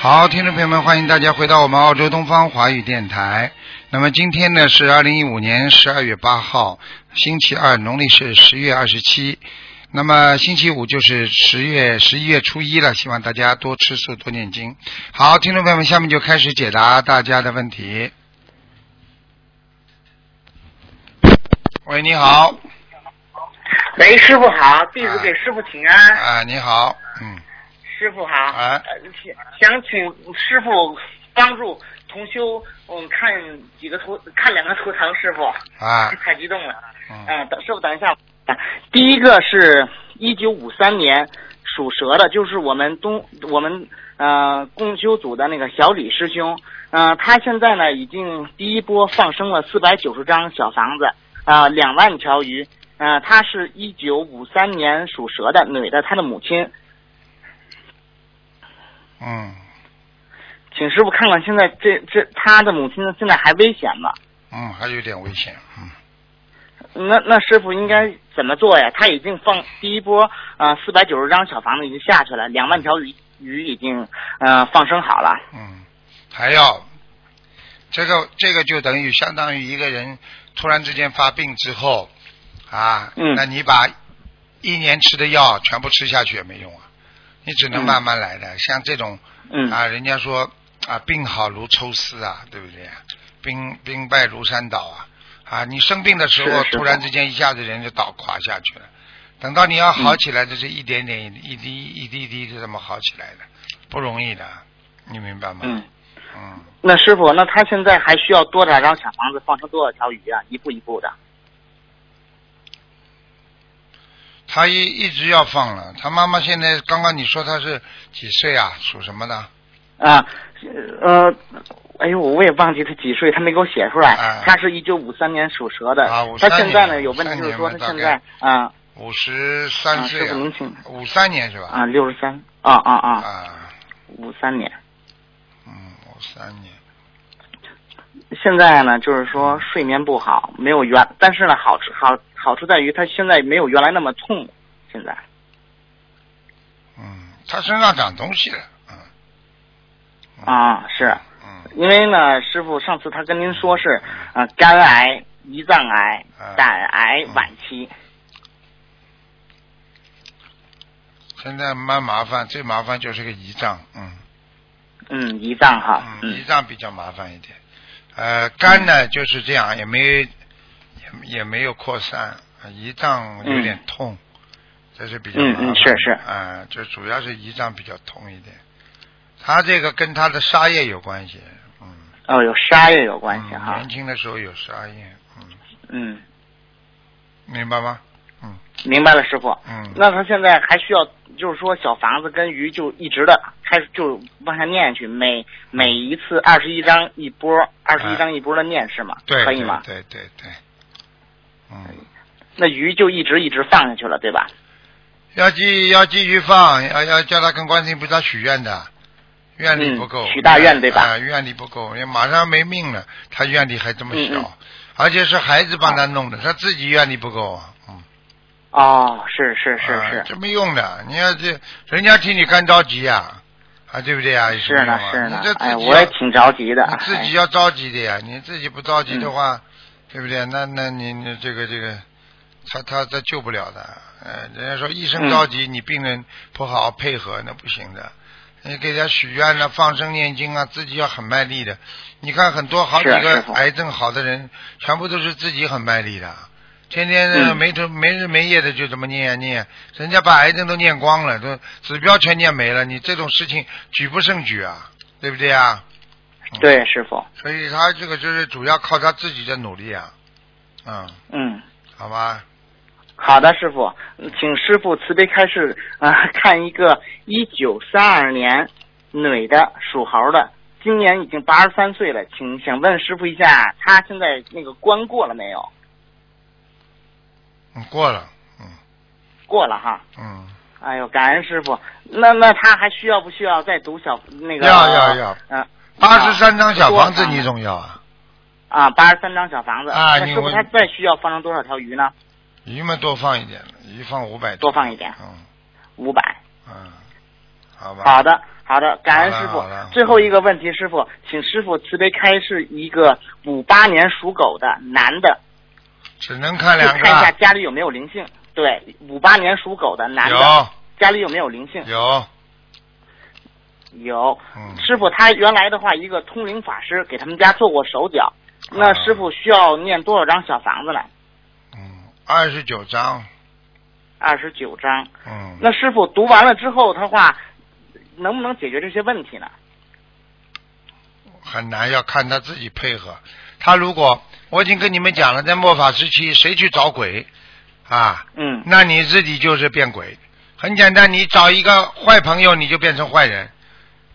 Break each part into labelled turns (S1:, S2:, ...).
S1: 好，听众朋友们，欢迎大家回到我们澳洲东方华语电台。那么今天呢是二零一五年十二月八号，星期二，农历是十月二十七。那么星期五就是十月十一月初一了，希望大家多吃素，多念经。好，听众朋友们，下面就开始解答大家的问题。喂，你好，
S2: 喂，师傅好，弟子给师傅请安。
S1: 啊，你好，嗯，
S2: 师傅好，
S1: 哎
S2: 呃想想请师傅帮助同修，我们看几个图，看两个图腾，师傅
S1: 啊，
S2: 太激动了。
S1: 嗯，
S2: 嗯，等师傅等一下。第一个是一九五三年属蛇的，就是我们东我们呃共修组的那个小李师兄，嗯、他现在呢已经第一波放生了四百九十张小房子，啊、两万条鱼，呃，他是一九五三年属蛇的女的，她的母亲，
S1: 嗯，
S2: 请师傅看看现在这这他的母亲现在还危险吗？
S1: 嗯，还有点危险，嗯。
S2: 那那师傅应该怎么做呀？他已经放第一波呃四百九十张小房子已经下去了，两万条鱼鱼已经呃放生好了。
S1: 嗯，还要这个这个就等于相当于一个人突然之间发病之后啊，
S2: 嗯
S1: 那你把一年吃的药全部吃下去也没用啊，你只能
S2: 嗯
S1: 慢慢来的。像这种
S2: 嗯
S1: 啊，人家说啊，病好如抽丝啊，对不对啊？兵兵败如山倒啊！啊，你生病的时候，
S2: 是是
S1: 突然之间一下子人就倒垮下去了。等到你要好起来，这是一点点、一滴一滴滴就这么好起来的，不容易的，你明白吗？
S2: 嗯，
S1: 嗯，
S2: 那师傅，那他现在还需要多少张小房子放生多少条鱼啊？一步一步的。
S1: 他一一直要放了。他妈妈现在刚刚你说他是几岁啊？属什么的？
S2: 啊，呃，哎呦，我也忘记他几岁，他没给我写出来。
S1: 啊
S2: 他是一九五三年属蛇的。
S1: 啊
S2: 他
S1: 53
S2: 现在呢
S1: 年
S2: 有问题，
S1: 53
S2: 就是说他
S1: 年吧
S2: 现
S1: 大
S2: 在啊
S1: 五十
S2: 啊，
S1: 三
S2: 师
S1: 岁
S2: 傅
S1: 啊，
S2: 您请
S1: 五三年是吧？
S2: 啊六十三啊啊啊
S1: 啊，
S2: 五三年。
S1: 嗯，五三年，
S2: 现在呢，就是说睡眠不好，没有原，但是呢，好处好好处在于他现在没有原来那么痛苦。现在
S1: 嗯，他身上长东西了，嗯，嗯，
S2: 啊，是
S1: 嗯，
S2: 因为呢，师傅上次他跟您说是啊、呃肝癌、胰脏癌、
S1: 啊
S2: 胆癌晚期，
S1: 现在蛮麻烦，最麻烦就是个胰脏，嗯
S2: 嗯，胰脏哈，
S1: 嗯，
S2: 嗯
S1: 胰脏比较麻烦一点。呃，肝呢就是这样，也没也也没有扩散，呃胰脏有点痛，这是比较麻
S2: 嗯
S1: 烦的。
S2: 嗯是是
S1: 啊、就主要是胰脏比较痛一点。他这个跟他的沙叶有关系，嗯，
S2: 哦，有沙也有关系
S1: 嗯
S2: 哈
S1: 年，轻的时候有沙叶，嗯，
S2: 嗯，
S1: 明白吗？
S2: 明白了，师傅。
S1: 嗯，
S2: 那他现在还需要，就是说小房子跟鱼就一直的开始就往下念去，每每一次二十一张一波，二十一张一波的念是吗？
S1: 哎对，
S2: 可以吗？
S1: 对对对对，嗯。
S2: 那鱼就一直一直放下去了，对吧？
S1: 要继要继续放，要要叫他跟观世音菩萨许愿的，愿力不够，
S2: 嗯许大愿对吧
S1: 啊，愿力不够，因为马上没命了，他愿力还这么小，
S2: 嗯嗯
S1: 而且是孩子帮他弄的，他自己愿力不够啊，嗯，
S2: 哦，是是是
S1: 啊
S2: 是，
S1: 这没用的，你要这人家替你干着急呀、啊，对不对呀、有什
S2: 是
S1: 么用
S2: 呢
S1: 啊？
S2: 是呢
S1: 你这，
S2: 哎，
S1: 自己
S2: 我
S1: 要、
S2: 也挺着急的，
S1: 你自己
S2: 哎嗯
S1: 要着急的呀，你自己不着急的话，对不对？那那你你这个这个，他他他救不了的。呃，人家
S2: 嗯
S1: 说医生着急，你病人不好好配合，那不行的。你给人家许愿了、放生、念经啊，自己要很卖力的。你看很多好几
S2: 是啊
S1: 个
S2: 师傅
S1: 癌症好的人，全部都是自己很卖力的，天天呢
S2: 嗯
S1: 没头没日没夜的就这么念啊念，人家把癌症都念光了，都指标全念没了，你这种事情举不胜举啊，对不对啊？
S2: 对师傅，
S1: 所以他这个就是主要靠他自己的努力啊，嗯，
S2: 嗯，
S1: 好吧，
S2: 好的师傅，请师傅慈悲开示啊、看一个一九三二年女的属猴的，今年已经八十三岁了，请想问师傅一下，她现在那个关过了没有？
S1: 嗯，过了，嗯
S2: 过了哈，
S1: 嗯，
S2: 哎呦，感恩师傅，那那她还需要不需要再读小那个？
S1: 要要要
S2: 嗯、
S1: 八十三张小房子
S2: 多了
S1: 你总要啊，
S2: 啊，八十三张小房子。
S1: 啊
S2: 那
S1: 你
S2: 师傅
S1: 问
S2: 他再需要放生多少条鱼呢？
S1: 鱼嘛多放一点，鱼放五百，
S2: 多放一点，
S1: 嗯
S2: 五百。
S1: 嗯，好吧，
S2: 好的，好的，感恩
S1: 好了
S2: 师傅
S1: 好了。
S2: 最后一个问题，师傅，请师傅慈悲开示一个五八年属狗的男的，
S1: 只能看
S2: 就
S1: 两
S2: 看一下
S1: 个，
S2: 家里有没有灵性。对，五八年属狗的男的，
S1: 有
S2: 家里有没有灵性？
S1: 有，
S2: 有。
S1: 嗯，
S2: 师傅他原来的话，一个通灵法师给他们家做过手脚，
S1: 啊
S2: 那师傅需要念多少张小房子呢？
S1: 嗯，二十九章，
S2: 二十九张。
S1: 嗯，
S2: 那师傅读完了之后的话，能不能解决这些问题呢？
S1: 很难，要看他自己配合。他如果我已经跟你们讲了，在末法时期，谁去找鬼啊？
S2: 嗯，
S1: 那你自己就是变鬼。很简单，你找一个坏朋友，你就变成坏人；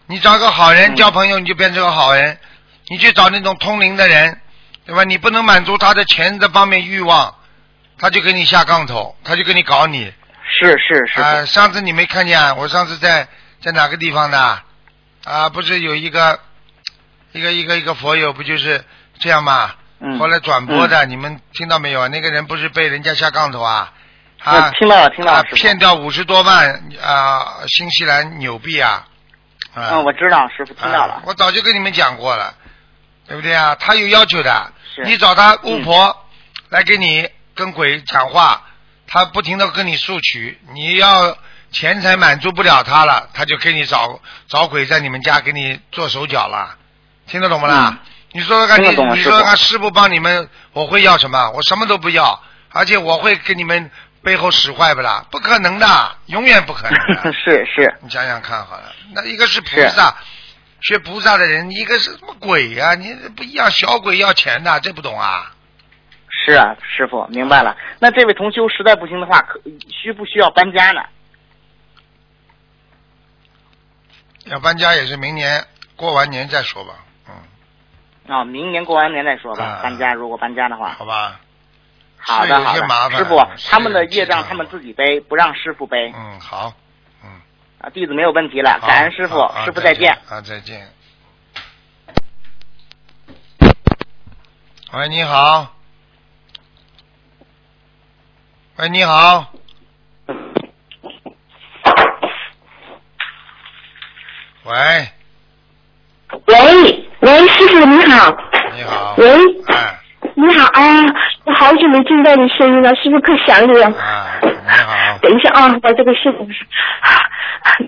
S1: 你找个好人
S2: 嗯
S1: 交朋友，你就变成个好人。你去找那种通灵的人，对吧？你不能满足他的钱这方面欲望，他就给你下杠头，他就给你搞你。
S2: 是是是。
S1: 啊、上次你没看见？我上次在在哪个地方的？啊、不是有一个一个一个一个佛友，不就是这样吗？
S2: 嗯。
S1: 后来转播的，你们听到没有啊？那个人不是被人家下杠头啊？
S2: 嗯。
S1: 啊
S2: 嗯，听到了，听到
S1: 啊
S2: 了，师傅。
S1: 骗掉五十多万啊、新西兰纽币啊！啊
S2: 嗯，我知道，师傅听到
S1: 啊
S2: 了。
S1: 我早就跟你们讲过了，对不对啊？他有要求的，
S2: 是。嗯
S1: 你找他巫婆来给你跟鬼讲话，他不停的跟你诉取，你要钱财满足不了他了，他就给你找找鬼在你们家给你做手脚了，听得懂不啦？
S2: 嗯
S1: 你说说看，
S2: 听
S1: 你
S2: 得懂了啊
S1: 你
S2: 师
S1: 说说
S2: 傅。
S1: 看，师傅帮你们，我会要什么？我什么都不要，而且我会给你们背后使坏不啦？不可能的，永远不可能的
S2: 是是
S1: 你想想看好了，那一个是菩萨，学菩萨的人，一个是什么鬼呀、你这不一样，小鬼要钱的，这不懂啊？
S2: 是啊，师傅明白了。那这位同修实在不行的话，可需不需要搬家呢？
S1: 要搬家也是明年过完年再说吧，嗯，
S2: 啊、明年过完年再说吧。
S1: 啊
S2: 搬家，如果搬家的话，
S1: 好吧，
S2: 好
S1: 是
S2: 的
S1: 有
S2: 好
S1: 些
S2: 的
S1: 麻。烦
S2: 师傅，
S1: 是
S2: 他们的
S1: 有些
S2: 业障
S1: 麻
S2: 他们
S1: 烦
S2: 自己背，不让师傅背。
S1: 嗯，好，嗯，
S2: 啊，弟子没有问题了，
S1: 好
S2: 感恩师傅
S1: 好，好
S2: 师傅
S1: 再
S2: 再见。
S1: 啊，再见。喂，你好。喂，你好。喂，
S3: 喂喂，师傅你好。
S1: 你好。
S3: 喂，
S1: 哎，
S3: 你好，哎呀，我好久没听到你声音了，师傅可想你了。
S1: 哎，你好。
S3: 等一下啊，我这个事情是，啊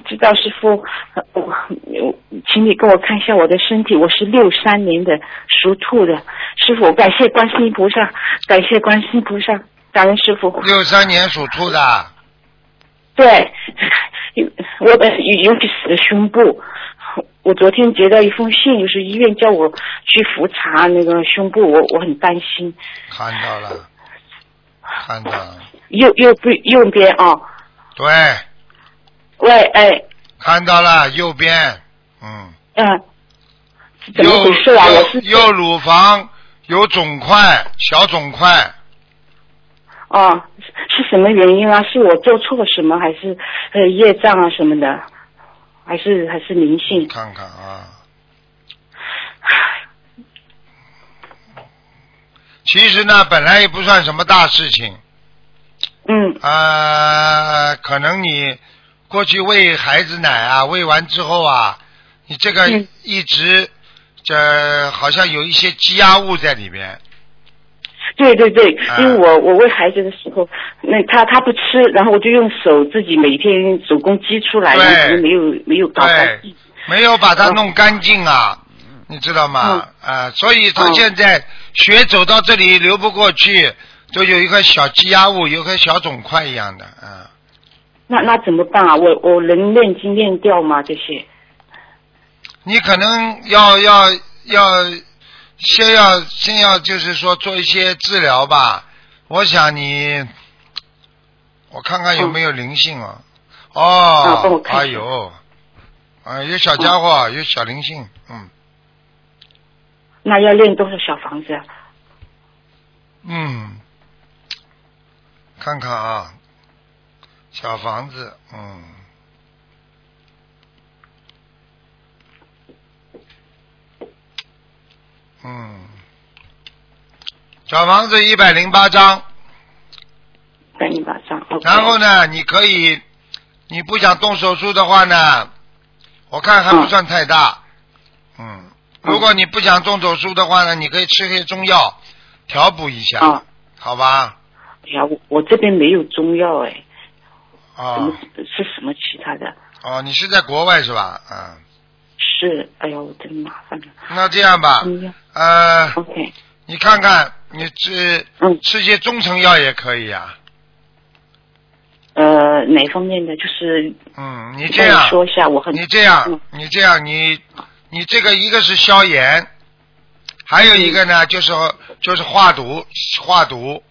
S3: 知道师傅，呃我我，请你跟我看一下我的身体，我是六三年的属兔的，师傅，感谢观世音菩萨，感谢观世音菩萨，感恩师傅。
S1: 六三年属兔的，
S3: 对，有我的尤其是胸部，我昨天接到一封信，就是医院叫我去复查那个胸部，我我很担心，
S1: 看到了，看到了，
S3: 右右边右边啊、
S1: 对，
S3: 喂哎
S1: 看到了，右边，嗯。
S3: 嗯、呃是怎么
S1: 右
S3: 回事啊？我
S1: 右
S3: 是
S1: 右乳房有肿块，小肿块，
S3: 啊、是是什么原因啊？是我做错什么，还是呃业障啊什么的，还是还是灵性？
S1: 看看啊。其实呢，本来也不算什么大事情，
S3: 嗯
S1: 呃，可能你过去喂孩子奶啊，喂完之后啊，你这个
S3: 嗯
S1: 一直这好像有一些积压物在里边，
S3: 对对对
S1: 啊，
S3: 因为我我喂孩子的时候，那他他不吃，然后我就用手自己每天手工挤出来，
S1: 对
S3: 一直没有没有搞干净。
S1: 没有把它弄干净啊，
S3: 嗯
S1: 你知道吗？啊、所以他现在血走到这里流不过去，就有一个小积压物，有个小肿块一样的，啊，
S3: 那那怎么办啊？我我能念经念掉吗？这些？
S1: 你可能要要要先要先要就是说做一些治疗吧。我想你，我看看有没有灵性啊？
S3: 啊帮我
S1: 哦，
S3: 看一下
S1: 哎呦，啊，有小家伙，有小灵性，嗯
S3: 那要练多少小房子啊？
S1: 嗯，看看啊，小房子，嗯，嗯，小房子一百零八张，
S3: 赶紧把账。OK
S1: 然后？呢，你可以，你不想动手术的话呢，我看还不算太大。嗯，如果你不想动手术的话呢，你可以吃些中药调补一下，
S3: 啊，
S1: 好吧？
S3: 哎呀，我我这边没有中药哎，
S1: 啊
S3: 什么是什么其他的？
S1: 哦，你是在国外是吧？嗯，
S3: 是，哎呀，我真麻烦了。
S1: 那这样吧，
S3: 中药
S1: 呃，
S3: ，OK，
S1: 你看看，你吃
S3: 嗯，
S1: 吃些中成药也可以啊呀、
S3: 呃，哪方面的？就是
S1: 嗯，你
S3: 跟
S1: 这
S3: 我
S1: 样，
S3: 说一下，我很
S1: 你这样
S3: 嗯，
S1: 你这样，你你这个一个是消炎，还有一个呢就是就是化毒化毒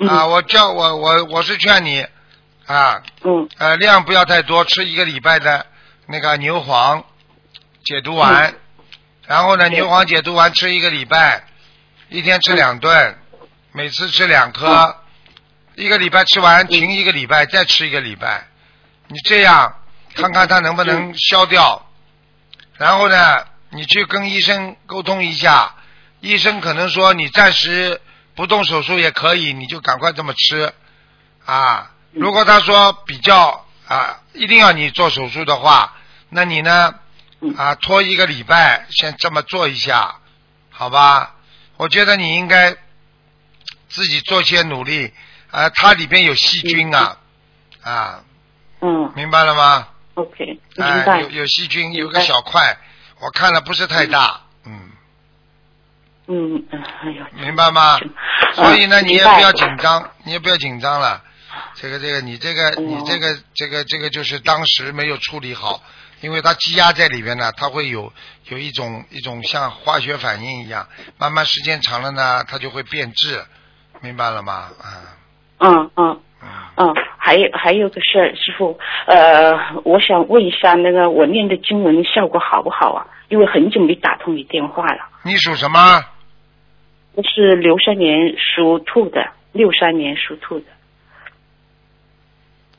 S3: 嗯
S1: 啊！我叫我我我是劝你啊
S3: 嗯
S1: 呃量不要太多，吃一个礼拜的那个牛黄解毒
S3: 嗯
S1: 丸，然后呢
S3: 对
S1: 牛黄解毒丸吃一个礼拜，一天吃两顿，每次吃两颗
S3: 嗯，
S1: 一个礼拜吃完停一个礼拜，再吃一个礼拜，你这样
S3: 嗯
S1: 看看它能不能消掉。然后呢，你去跟医生沟通一下，医生可能说你暂时不动手术也可以，你就赶快这么吃啊。
S3: 嗯
S1: 如果他说比较啊，一定要你做手术的话，那你呢
S3: 嗯
S1: 啊拖一个礼拜先这么做一下，好吧？我觉得你应该自己做些努力啊，它里边有细菌啊啊，
S3: 嗯
S1: 明白了吗？
S3: ，OK，明
S1: 哎、
S3: 白
S1: 有。有细菌，
S3: 明白
S1: 有个小块，我看了不是太大，嗯，
S3: 嗯嗯，哎呦，
S1: 明白吗？
S3: 嗯
S1: 所以呢，你也
S3: 明白
S1: 不要紧张，你也不要紧张了。这个这个，你这个
S3: 嗯
S1: 你这个这个这个就是当时没有处理好，因为它积压在里边呢，它会有有一种一种像化学反应一样，慢慢时间长了呢，它就会变质，明白了吗？啊，
S3: 嗯嗯
S1: 嗯，
S3: 嗯，还有还有个事儿，师傅，呃，我想问一下，那个我念的经文效果好不好啊？因为很久没打通你电话了。
S1: 你属什么？
S3: 我是六三年属兔的，六三年属兔的。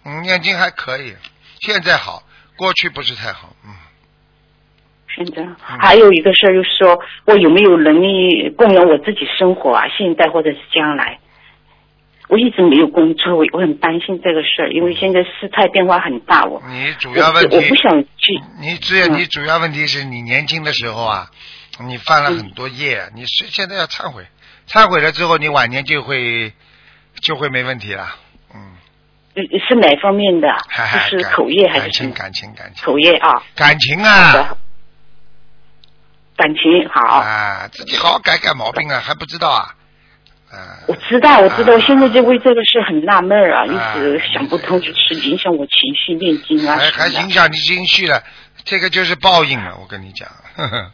S1: 嗯，念经还可以，现在好，过去不是太好，嗯。
S3: 现在还有一个事儿，就是说我有没有能力供养我自己生活啊？现在或者是将来，我一直没有工作，我我很担心这个事儿，因为现在事态变化很大，我
S1: 你主
S3: 我
S1: 要问题，
S3: 我不想去，
S1: 你主要
S3: 嗯
S1: 你主要问题是你年轻的时候啊，你犯了很多业，你是现在要忏悔，忏悔了之后，你晚年就会就会没问题了。嗯，
S3: 呃是哪方面的啊？
S1: 嗨嗨，
S3: 就是
S1: 感
S3: 口业还
S1: 感
S3: 是什
S1: 情
S3: 么？
S1: 感情感情
S3: 口业啊，
S1: 感情
S3: 好
S1: 啊
S3: 的，感情好，
S1: 啊，自己好好改改毛病啊，还不知道啊。啊，
S3: 我知道，我知道，
S1: 啊
S3: 我现在就为这个事很纳闷儿啊，
S1: 啊
S3: 一直想不通，就是影响我情绪念经啊
S1: 还还
S3: 什么
S1: 影
S3: 的。
S1: 响你情绪了，这个就是报应了，我跟你讲。 呵呵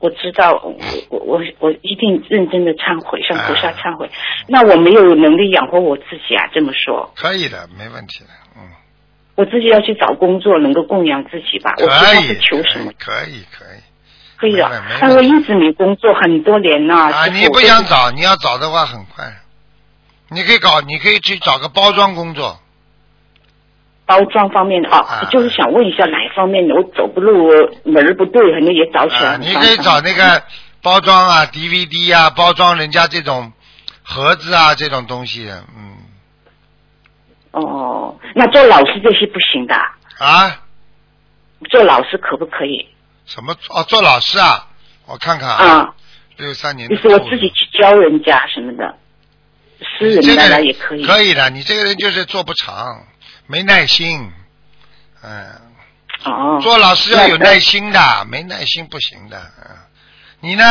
S3: 我知道，我我我我一定认真的忏悔，向菩萨
S1: 啊
S3: 忏悔。那我没有能力养活我自己啊，这么说，
S1: 可以的，没问题的，嗯，
S3: 我自己要去找工作，能够供养自己吧。我不知
S1: 可
S3: 道
S1: 以
S3: 会，求什么，
S1: 可以，可以。
S3: 可以的
S1: 没问没。
S3: 但
S1: 问
S3: 我
S1: 题
S3: 一直没工作，很多年了。
S1: 啊，
S3: 师傅
S1: 你不
S3: 我就
S1: 想找，你要找的话很快，你可以搞，你可以去找个包装工作，
S3: 包装方面的啊，
S1: 啊
S3: 就是想问一下哪一方面的，我走不路，我门儿不对，反正也找起来
S1: 啊，
S3: 很
S1: 你
S3: 烦
S1: 可以找那个包装啊、DVD 啊，包装人家这种盒子啊这种东西，嗯，
S3: 哦，那做老师这些不行的，
S1: 啊，
S3: 做老师可不可以？
S1: 什么哦，做老师啊，我看看啊，
S3: 啊，
S1: 六三年
S3: 就
S1: 的
S3: 是我自己去教人家什么的，私
S1: 你这
S3: 人
S1: 个
S3: 的呢
S1: 人
S3: 也可以。
S1: 可以的，你这个人就是做不长，没耐心，嗯。
S3: 哦，
S1: 做老师要有耐心的，没耐心不行的。嗯，你呢？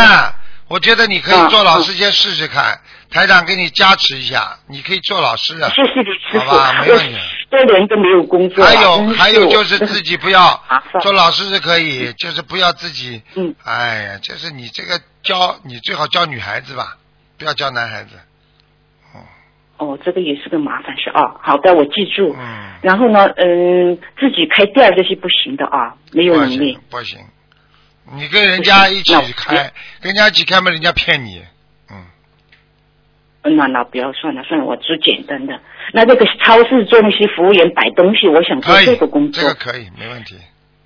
S1: 我觉得你可以
S3: 嗯
S1: 做老师先试试看，台长给你加持一下，你可以做老师的。
S3: 谢谢你师傅，
S1: 好吧没
S3: 我
S1: 问题
S3: 多年都没有工作了。
S1: 还有还有就是
S3: 真
S1: 自己不要
S3: 麻烦
S1: 做老师是可以，就是不要自己。
S3: 嗯。
S1: 哎呀，就是你这个教你最好教女孩子吧，不要教男孩子。
S3: 哦，这个也是个麻烦事啊。好的，我记住。
S1: 嗯。
S3: 然后呢，嗯，自己开店这些不行的啊，没有
S1: 不
S3: 能力
S1: 行。不行，你跟人家一起
S3: 那我
S1: 开，跟人家一起开嘛，人家骗你。嗯。
S3: 嗯那那不要算了算了，我做简单的。那这个超市做那些服务员摆东西，我想做
S1: 可以，
S3: 这个工作，
S1: 这个可以，没问题。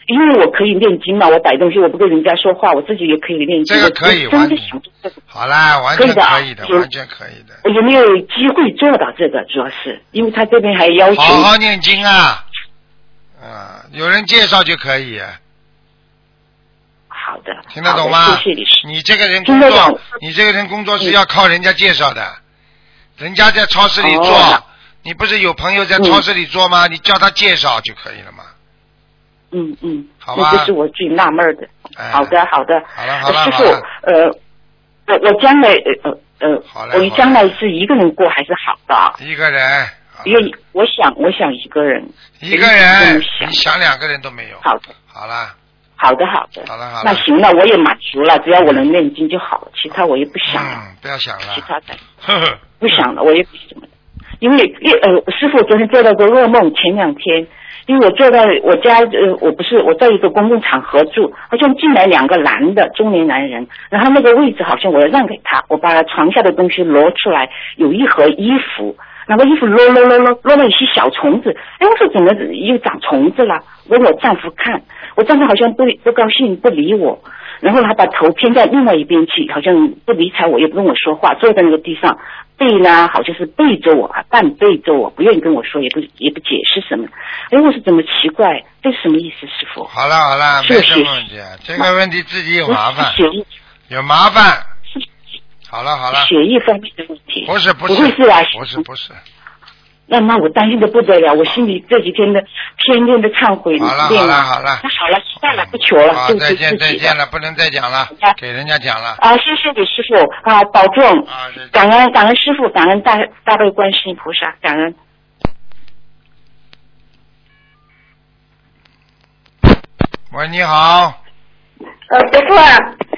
S3: 因为我可以念经嘛，我摆东西我不跟人家说话，我自己也可以念经。
S1: 这个可以
S3: 我真
S1: 完
S3: 的
S1: 全
S3: 想做这个，
S1: 好啦，完全
S3: 可以的啊
S1: 可以的，
S3: 有
S1: 完全可以的。
S3: 我有没有机会做到这个？主要是因为他这边还要求
S1: 好好念经啊，啊，有人介绍就可以，
S3: 好的，
S1: 听得懂吗？
S3: 好的谢谢你，师
S1: 你这个人工
S3: 听得懂嗯
S1: 作，你这个人工作是要靠人家介绍的，人家在超市里做，
S3: 哦
S1: 你不是有朋友在超市里做吗？你叫他介绍就可以了嘛。
S3: 嗯嗯，
S1: 好吧
S3: 那这是我最纳闷的。
S1: 哎，
S3: 好的，好的，
S1: 好了好了
S3: 呃师
S1: 好了
S3: 傅，呃，我我将来呃呃呃
S1: 好嘞，好
S3: 我
S1: 嘞
S3: 将来是一个人过还是好的啊？
S1: 一个人，好
S3: 因为我想，我想一个人。
S1: 一个
S3: 我
S1: 人，
S3: 想
S1: 你想两个人都没有。
S3: 好的，
S1: 好了，
S3: 好的，好的。
S1: 好了好了
S3: 那行了，我也满足了，只要我能念经就好了，其他我也不想了，
S1: 嗯，不要想
S3: 其
S1: 了，
S3: 他的
S1: 呵呵，
S3: 不想了，我也不想了。因为因为呃，师傅昨天做到个噩梦，前两天，因为我坐在我家呃，我不是我在一个公共场合住，好像进来两个男的中年男人，然后那个位置好像我要让给他，我把床下的东西挪出来，有一盒衣服，然后衣服落落落落落了一些小虫子，哎，我说怎么又长虫子了？我给我丈夫看，我丈夫好像不不高兴，不理我，然后他把头偏到另外一边去，好像不理睬我，也不跟我说话，坐在那个地上，背呢好像是背着我，啊半背着我，不愿意跟我说，也不也不解释什么。哎，我说怎么奇怪？这是什么意思，师傅？
S1: 好了好了，
S3: 谢
S1: 啊没
S3: 谢
S1: 什么问题，这个问题自己有麻烦
S3: 我，是血
S1: 有麻烦。好了好了，
S3: 血液方面的问题，
S1: 不是不
S3: 不会
S1: 是
S3: 是啊，
S1: 不是不是，
S3: 那那我担心的不得了，我心里这几天的天天的忏悔
S1: 好了
S3: 念
S1: 好了
S3: 啊
S1: 好了
S3: 那好了，算了，不求了，
S1: 好
S3: 对，不
S1: 再
S3: 起
S1: 见
S3: 自
S1: 再
S3: 己
S1: 见
S3: 的。
S1: 了，不能再讲了
S3: 好，的
S1: 给人家讲了
S3: 啊，谢谢你师傅啊，保重，
S1: 啊，再见
S3: 感恩感恩师傅，感恩大大悲观世音菩萨，感恩。
S1: 喂，你好，
S4: 呃，师傅啊，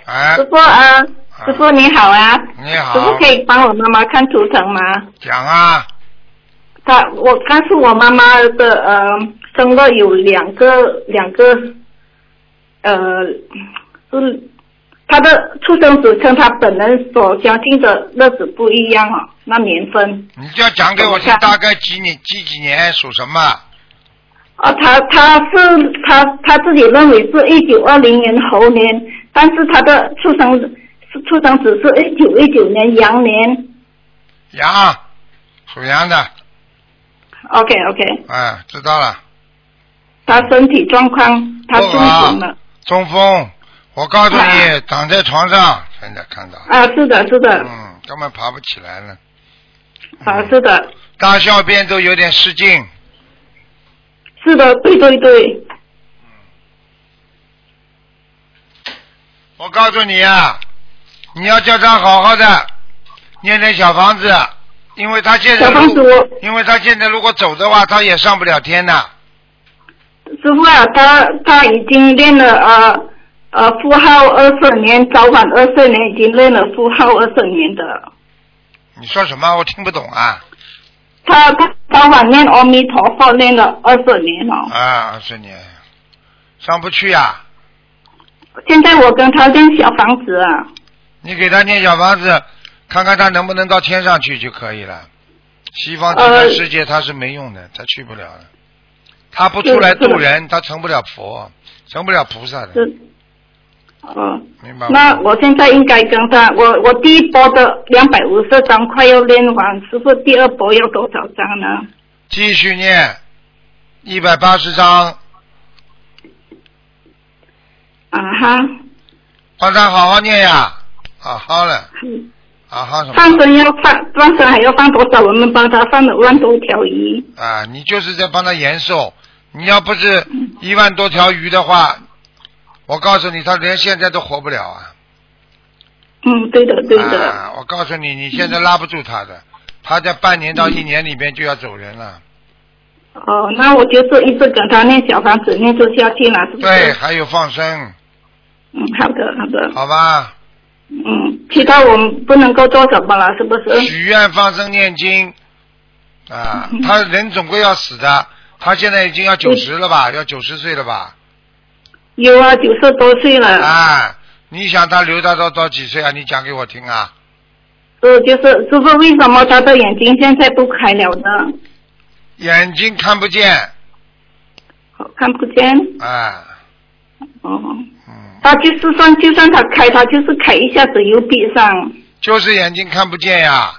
S1: 哎
S4: 师，傅啊，师傅你好啊，
S1: 你
S4: 师傅
S1: 好
S4: 可，以帮我妈妈看图腾吗？
S1: 讲啊，
S4: 她我看是我妈妈的呃生了有两个两个呃是她的出生时跟她本人所相信的日子不一样哦，那年份
S1: 你就要讲给我听
S4: 我，看
S1: 大概几年几几年属什么？
S4: 哦，她她是她她自己认为是一九二零年猴年，但是她的出生是出生时是一九一九年羊年。
S1: 羊，属羊的，
S4: OK OK，
S1: 哎，知道了，
S4: 他身体状况，他中风了。
S1: 啊中风，我告诉你
S4: 啊，
S1: 躺在床上，现在看到了，
S4: 啊，是的，是的，
S1: 嗯，根本爬不起来了，
S4: 啊，
S1: 嗯
S4: 是的，
S1: 大小便都有点失禁，
S4: 是的，对对对，
S1: 我告诉你啊，你要叫他好好的念念小房子，因为他现在
S4: 小
S1: 如
S4: 房子我
S1: 因为他现在如果走的话，他也上不了天呐。
S4: 师傅啊，他他已经练了呃呃负号二十年，早晚二十年已经练了负号二十年的，
S1: 你说什么？我听不懂啊！
S4: 他他早晚念阿弥陀佛练了二十年了、哦，
S1: 啊，二十年上不去呀、啊
S4: 现在我跟他练小房子啊，
S1: 你给他念小房子，看看他能不能到天上去就可以了。西方极乐
S4: 呃
S1: 世界他是没用的，他去不了的。他不出来
S4: 是的
S1: 度人，他成不了佛，成不了菩萨的，
S4: 是，呃。
S1: 明白吗？
S4: 那我现在应该跟他，我我第一波的两百五十张快要练完，师傅第二波要多少张呢？
S1: 继续念一百八十章，
S4: 啊哈，
S1: 帮他好好念呀，好好了，
S4: 嗯
S1: 好好什
S4: 放
S1: 么？
S4: 生要放，放生还要放多少？我们帮他放了万多条鱼。
S1: 啊，你就是在帮他延寿。你要不是一万多条鱼的话，我告诉你，他连现在都活不了啊！
S4: 嗯，对的，对的。
S1: 啊，我告诉你，你现在拉不住他的，他在半年到一年里边就要走人了。
S4: 哦，那我就是一直跟他念小房子，念就下去了，是不是？
S1: 对，。还有放生，
S4: 嗯，好的，好的。
S1: 好吧？
S4: 嗯，其他我们不能够做什么了，是不是？
S1: 许愿、放生、念经， 啊，他人总归要死的。他现在已经要九十了吧？要九十岁了吧？
S4: 有啊，九十多岁了。。
S1: 啊，你想他留到到到几岁啊？你讲给我听啊！
S4: 呃，就是师傅，为什么他的眼睛现在不开了呢？
S1: 眼睛看不见，
S4: 哦看不见。
S1: 啊，
S4: 哦，
S1: 嗯，
S4: 他就是算，就算他开，他就是开一下子又闭上。
S1: 就是眼睛看不见呀、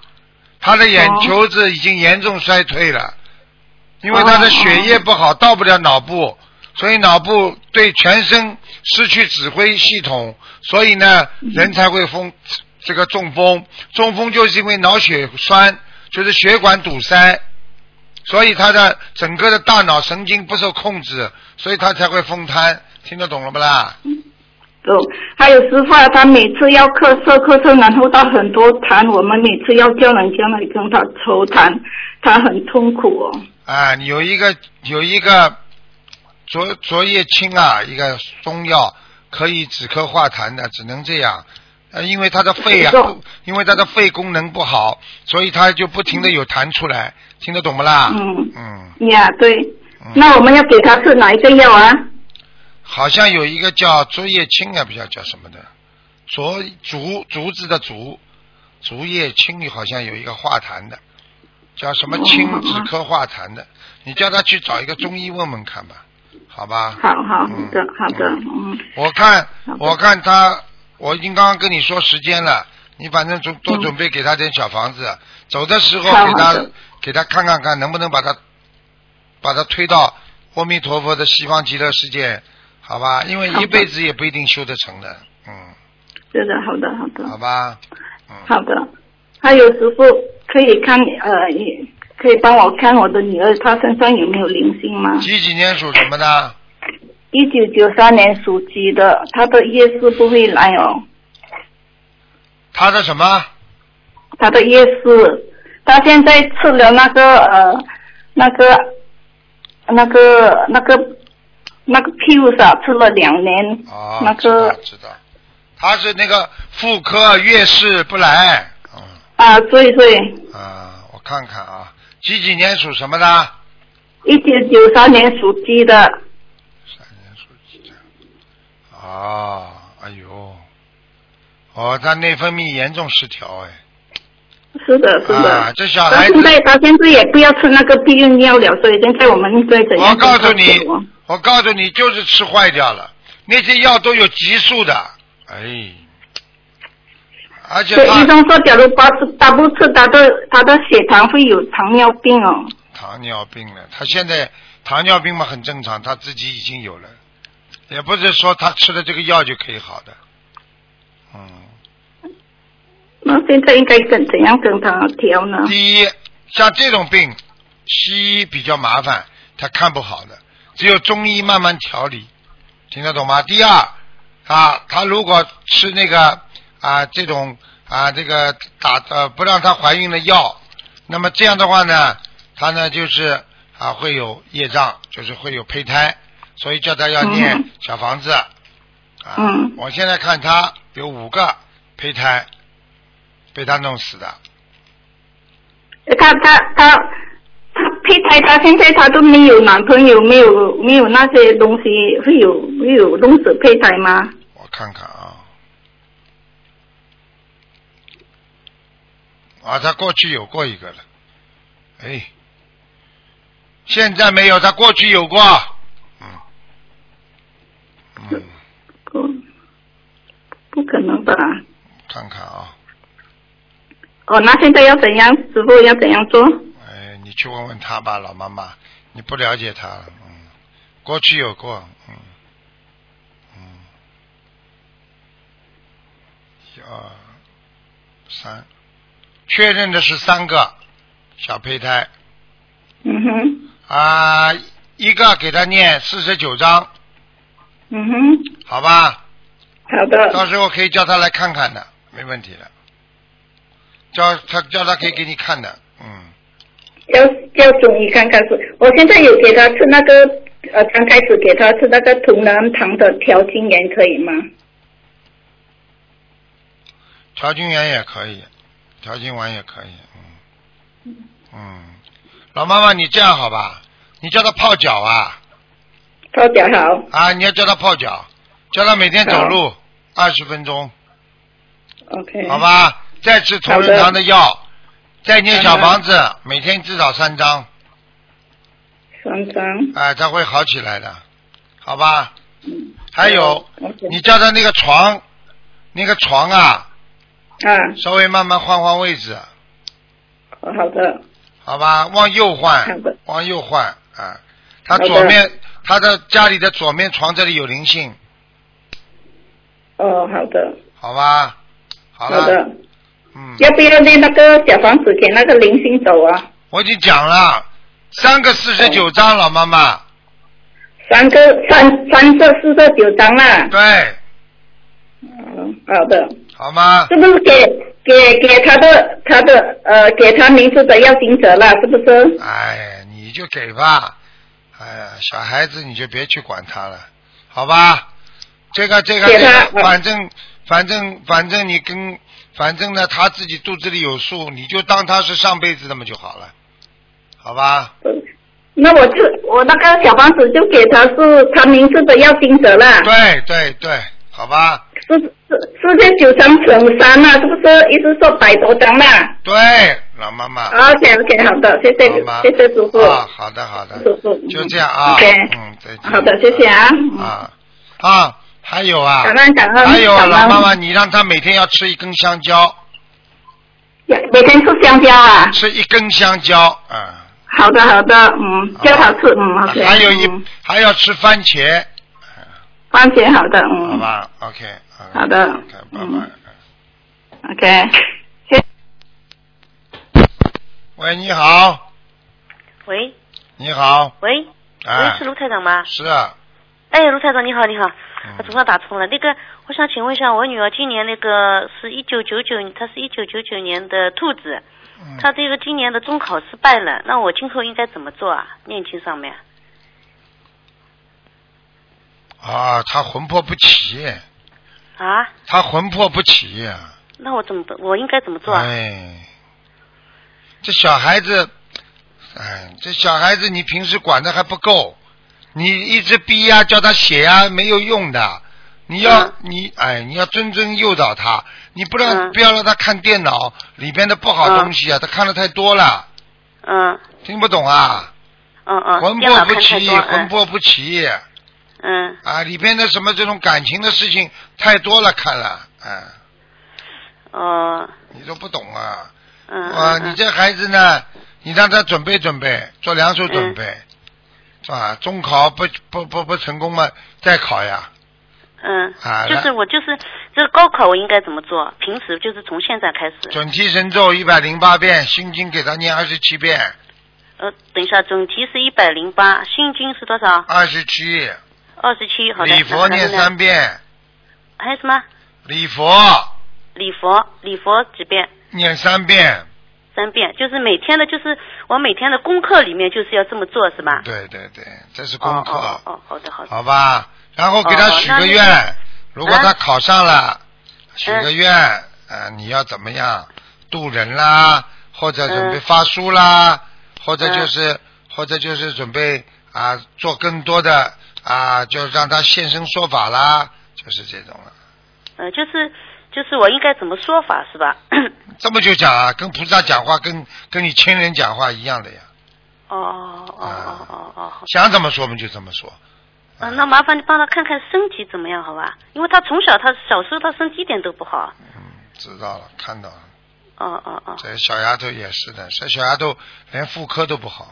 S1: 他的眼球子已经严重衰退了，因为他的血液不好，到不了脑部，所以脑部对全身失去指挥系统，所以呢，人才会疯，这个中风。中风就是因为脑血栓，就是血管堵塞，所以他的整个的大脑神经不受控制，所以他才会疯瘫。听得懂了不啦？
S4: 哦，还有师傅啊，他每次要咳嗽咳嗽，然后他很多痰，我们每次要叫人家来跟他抽痰，他很痛苦哦。
S1: 啊，有一个有一个昨昨夜清啊，一个中药可以止咳化痰的，只能这样。呃，因为他的肺啊
S4: 是的，
S1: 因为他的肺功能不好，所以他就不停的有痰出来，听得懂不啦？
S4: 嗯
S1: 嗯，
S4: 呀，对
S1: 嗯，
S4: 那我们要给他吃哪一个药啊？
S1: 好像有一个叫竹叶青啊，不知道叫什么的，竹竹竹子的竹，竹叶青好像有一个化痰的，叫什么青
S4: 哦
S1: 止咳化痰的，你叫他去找一个中医问问看吧，好吧？
S4: 好好
S1: 嗯
S4: 的，好的，嗯，
S1: 我看
S4: 好的
S1: 我看他，我已经刚刚跟你说时间了，你反正准多
S4: 嗯
S1: 准备给他点小房子，啊走的时候
S4: 好
S1: 给
S4: 好
S1: 他
S4: 的
S1: 给他看看看能不能把他把他推到阿弥陀佛的西方极乐世界，好吧？因为
S4: 好的
S1: 一辈子也不一定修得成的，嗯，
S4: 是的，好的，好的，
S1: 好吧？嗯，
S4: 好的。还有师傅可以看呃，也可以帮我看我的女儿她身上有没有灵性吗？
S1: 几几年属什么的？
S4: 一九九三年属鸡的，她的夜市不会来哦，
S1: 他的什么？
S4: 她的夜市，她现在吃了那个呃那个那个那个那个屁股上吃了两年，
S1: 哦，
S4: 那个
S1: 知道知道，他是那个妇科月事不来，嗯。
S4: 啊，对对，
S1: 啊，我看看啊，几几年属什么的？
S4: 一九九三年属鸡的，
S1: 三年属鸡的。啊，哎呦，哦，他内分泌严重失调哎。
S4: 是的，是的。
S1: 啊，这小
S4: 他
S1: 孩子
S4: 现，在他现在也不要吃那个避孕药了，所以现在我们应该怎样
S1: 我告诉你
S4: 调整哦，
S1: 我告诉你，就是吃坏掉了，那些药都有激素的，哎，而且
S4: 对，医
S1: 他
S4: 生说，假如不吃，他不吃，他的他的血糖会有糖尿病哦。
S1: 糖尿病了，他现在糖尿病嘛很正常，他自己已经有了，也不是说他吃了这个药就可以好的，嗯。
S4: 那现在应该跟怎样跟他调呢？
S1: 第一，像这种病，西医比较麻烦，他看不好的，只有中医慢慢调理，听得懂吗？第二，啊，他如果吃那个啊这种啊这个打呃不让她怀孕的药，那么这样的话呢，她呢就是啊会有业障，就是会有胚胎，所以叫她要念
S4: 嗯
S1: 小房子。啊，
S4: 嗯
S1: 我现在看她有五个胚胎被她弄死的。
S4: 他他他他胚胎，他现在他都没有男朋友，没有没有那些东西，会有会有弄死胚胎吗？
S1: 我看看啊，啊，他过去有过一个了，哎，现在没有，他过去有过，嗯，嗯，
S4: 不，不可能吧？
S1: 看看啊，
S4: 哦，那现在要怎样？师傅要怎样做？
S1: 哎，你去问问他吧，老妈妈，你不了解他了，嗯，过去有过，嗯，嗯，一二三，确认的是三个小胚胎。
S4: 嗯哼，
S1: 啊，一个给他念四十九章，
S4: 嗯哼，
S1: 好吧？
S4: 好的。
S1: 到时候可以叫他来看看的，没问题的。叫他叫他可以给你看的，嗯，
S4: 要要中医看看是，我现在有给他吃那个呃，刚开始给他吃那个同仁堂的调经盐可以吗？
S1: 调经员也可以，调经丸也可以，嗯，嗯，老妈妈你这样好吧？你叫他泡脚啊
S4: 泡脚好，
S1: 啊！你要叫他泡脚，叫他每天走路二十分钟，
S4: ，OK，
S1: 好，吧？再吃同仁堂的药，再念小
S4: 好的
S1: 房子，每天至少三张。
S4: 三张，
S1: 哎，他会好起来的，好吧？
S4: 嗯，
S1: 还有，
S4: ，OK，
S1: 你叫他那个床，那个床啊，
S4: 啊，
S1: 稍微慢慢换换位置，
S4: 哦好的，
S1: 好吧，往右换
S4: 看过，
S1: 往右换啊。他
S4: 好的
S1: 左面，他的家里的左面床这里有灵性，
S4: 哦，好的，
S1: 好吧？好
S4: 好
S1: 了，
S4: 的。
S1: 嗯，
S4: 要不要念那个小房子给那个灵性走啊？
S1: 我已经讲了，三个四十九章，老妈妈，
S4: 三个三三个四个九张啦。
S1: 对，
S4: 嗯，好的。
S1: 好吗？
S4: 是不是给给给他的他的呃给他名字的要经者了？是不是？
S1: 哎，你就给吧，哎呀，小孩子你就别去管他了，好吧？这个这个
S4: 给
S1: 这
S4: 他
S1: 个，
S4: 嗯
S1: 反正反正反正你跟反正呢他自己肚子里有数，你就当他是上辈子的嘛就好了，好吧？
S4: 嗯那我就我那个小房子就给他是他名字的要经者啦。
S1: 对对对，好吧？
S4: 是是是这九张乘三啊啦，是不是？意思说百多张啦。
S1: 对，老妈妈，
S4: OK OK，好的，谢谢
S1: 啊好吗？
S4: 谢谢师傅，
S1: 啊，好的好的，
S4: 师傅
S1: 就这样啊
S4: 嗯 OK，
S1: 嗯，再见。
S4: 好的，谢谢啊，
S1: 啊啊，还有啊，
S4: 感恩感恩，
S1: 还有啊
S4: 感
S1: 老
S4: 恩
S1: 妈妈，，你让他每天要吃一根香蕉，
S4: 每天吃香蕉啊，
S1: 吃一根香蕉，嗯，
S4: 好的好的，嗯，
S1: 好
S4: 蕉好吃，嗯，OK，
S1: 啊还有一
S4: 嗯
S1: 还要吃番茄，
S4: 番茄好的，
S1: 好
S4: 嗯
S1: 吧？OK，
S4: 好的
S1: o k 拜拜
S4: 嗯。，OK，谢，
S1: 喂，你好，
S5: 喂
S1: 你好，
S5: 喂喂，
S1: 哎
S5: 是，卢台长吗？
S1: 是啊，
S5: 哎，卢台长你好你好，我总
S1: 嗯，
S5: 算打通了。那个，我想请问一下，我女儿今年那个是一九九九，她是一九九九年的兔子，
S1: 嗯
S5: 她这个今年的中考失败了，那我今后应该怎么做啊？念经上面？
S1: 啊，他魂魄不起，
S5: 啊？
S1: 他魂魄不啊起，
S5: 那我怎么办？我应该怎么做啊？
S1: 哎，这小孩子，哎，这小孩子你平时管的还不够，你一直逼呀、叫他写呀、没有用的。你要、
S5: 嗯
S1: 你哎，你要真正诱导他，你不让、
S5: 嗯
S1: 不要让他看电脑里边的不好东西啊，他看的太多了，
S5: 嗯
S1: 听不懂啊，
S5: 嗯嗯，
S1: 魂
S5: 电脑
S1: 魄不
S5: 看太
S1: 齐，
S5: 多，
S1: 魂
S5: 嗯
S1: 魄不齐
S5: 嗯，
S1: 啊，里边的什么这种感情的事情太多了，看了，哎，
S5: 哦，
S1: 你都不懂啊。
S5: 嗯
S1: 啊，
S5: 嗯
S1: 你这孩子呢，你让他准备准备，做两手准备，
S5: 嗯
S1: 啊，中考不不不不成功嘛，再考呀，
S5: 嗯
S1: 啊
S5: 嗯，就是我就是这个高考我应该怎么做？平时就是从现在开始。
S1: 准提神咒一百零八遍，心经给他念二十七遍，
S5: 呃，等一下，总题是一百零八，心经是多少？
S1: 二十七，
S5: 二十七，好的。
S1: 礼佛念
S5: 然后呢
S1: 三遍，
S5: 还有什么？
S1: 礼佛
S5: 礼佛，礼佛几遍？
S1: 念三遍，
S5: 三遍，就是每天的，就是我每天的功课里面就是要这么做，是吧？
S1: 对对对，这是功课，
S5: 哦哦哦，好的好的。
S1: 好吧？然后给他
S5: 哦
S1: 许个
S5: 那
S1: 愿，
S5: 那
S1: 如果他
S5: 啊
S1: 考上了，许
S5: 嗯
S1: 个愿，呃，你要怎么样渡人啦，或者准备
S5: 嗯
S1: 发书啦，或者就
S5: 嗯
S1: 是、或者就是准备啊、做更多的啊、就让他现身说法啦，就是这种了。
S5: 呃，就是就是我应该怎么说法是吧？
S1: 这么就讲啊，跟菩萨讲话，跟跟你亲人讲话一样的呀，啊
S5: 哦哦哦哦哦好。
S1: 想怎么说我们就怎么说。
S5: 嗯、那麻烦你帮他看看身体怎么样，好吧？因为他从小他小时候他身体一点都不好。
S1: 嗯，知道了，看到了，
S5: 哦哦哦。
S1: 这小丫头也是的，这小丫头连妇科都不好，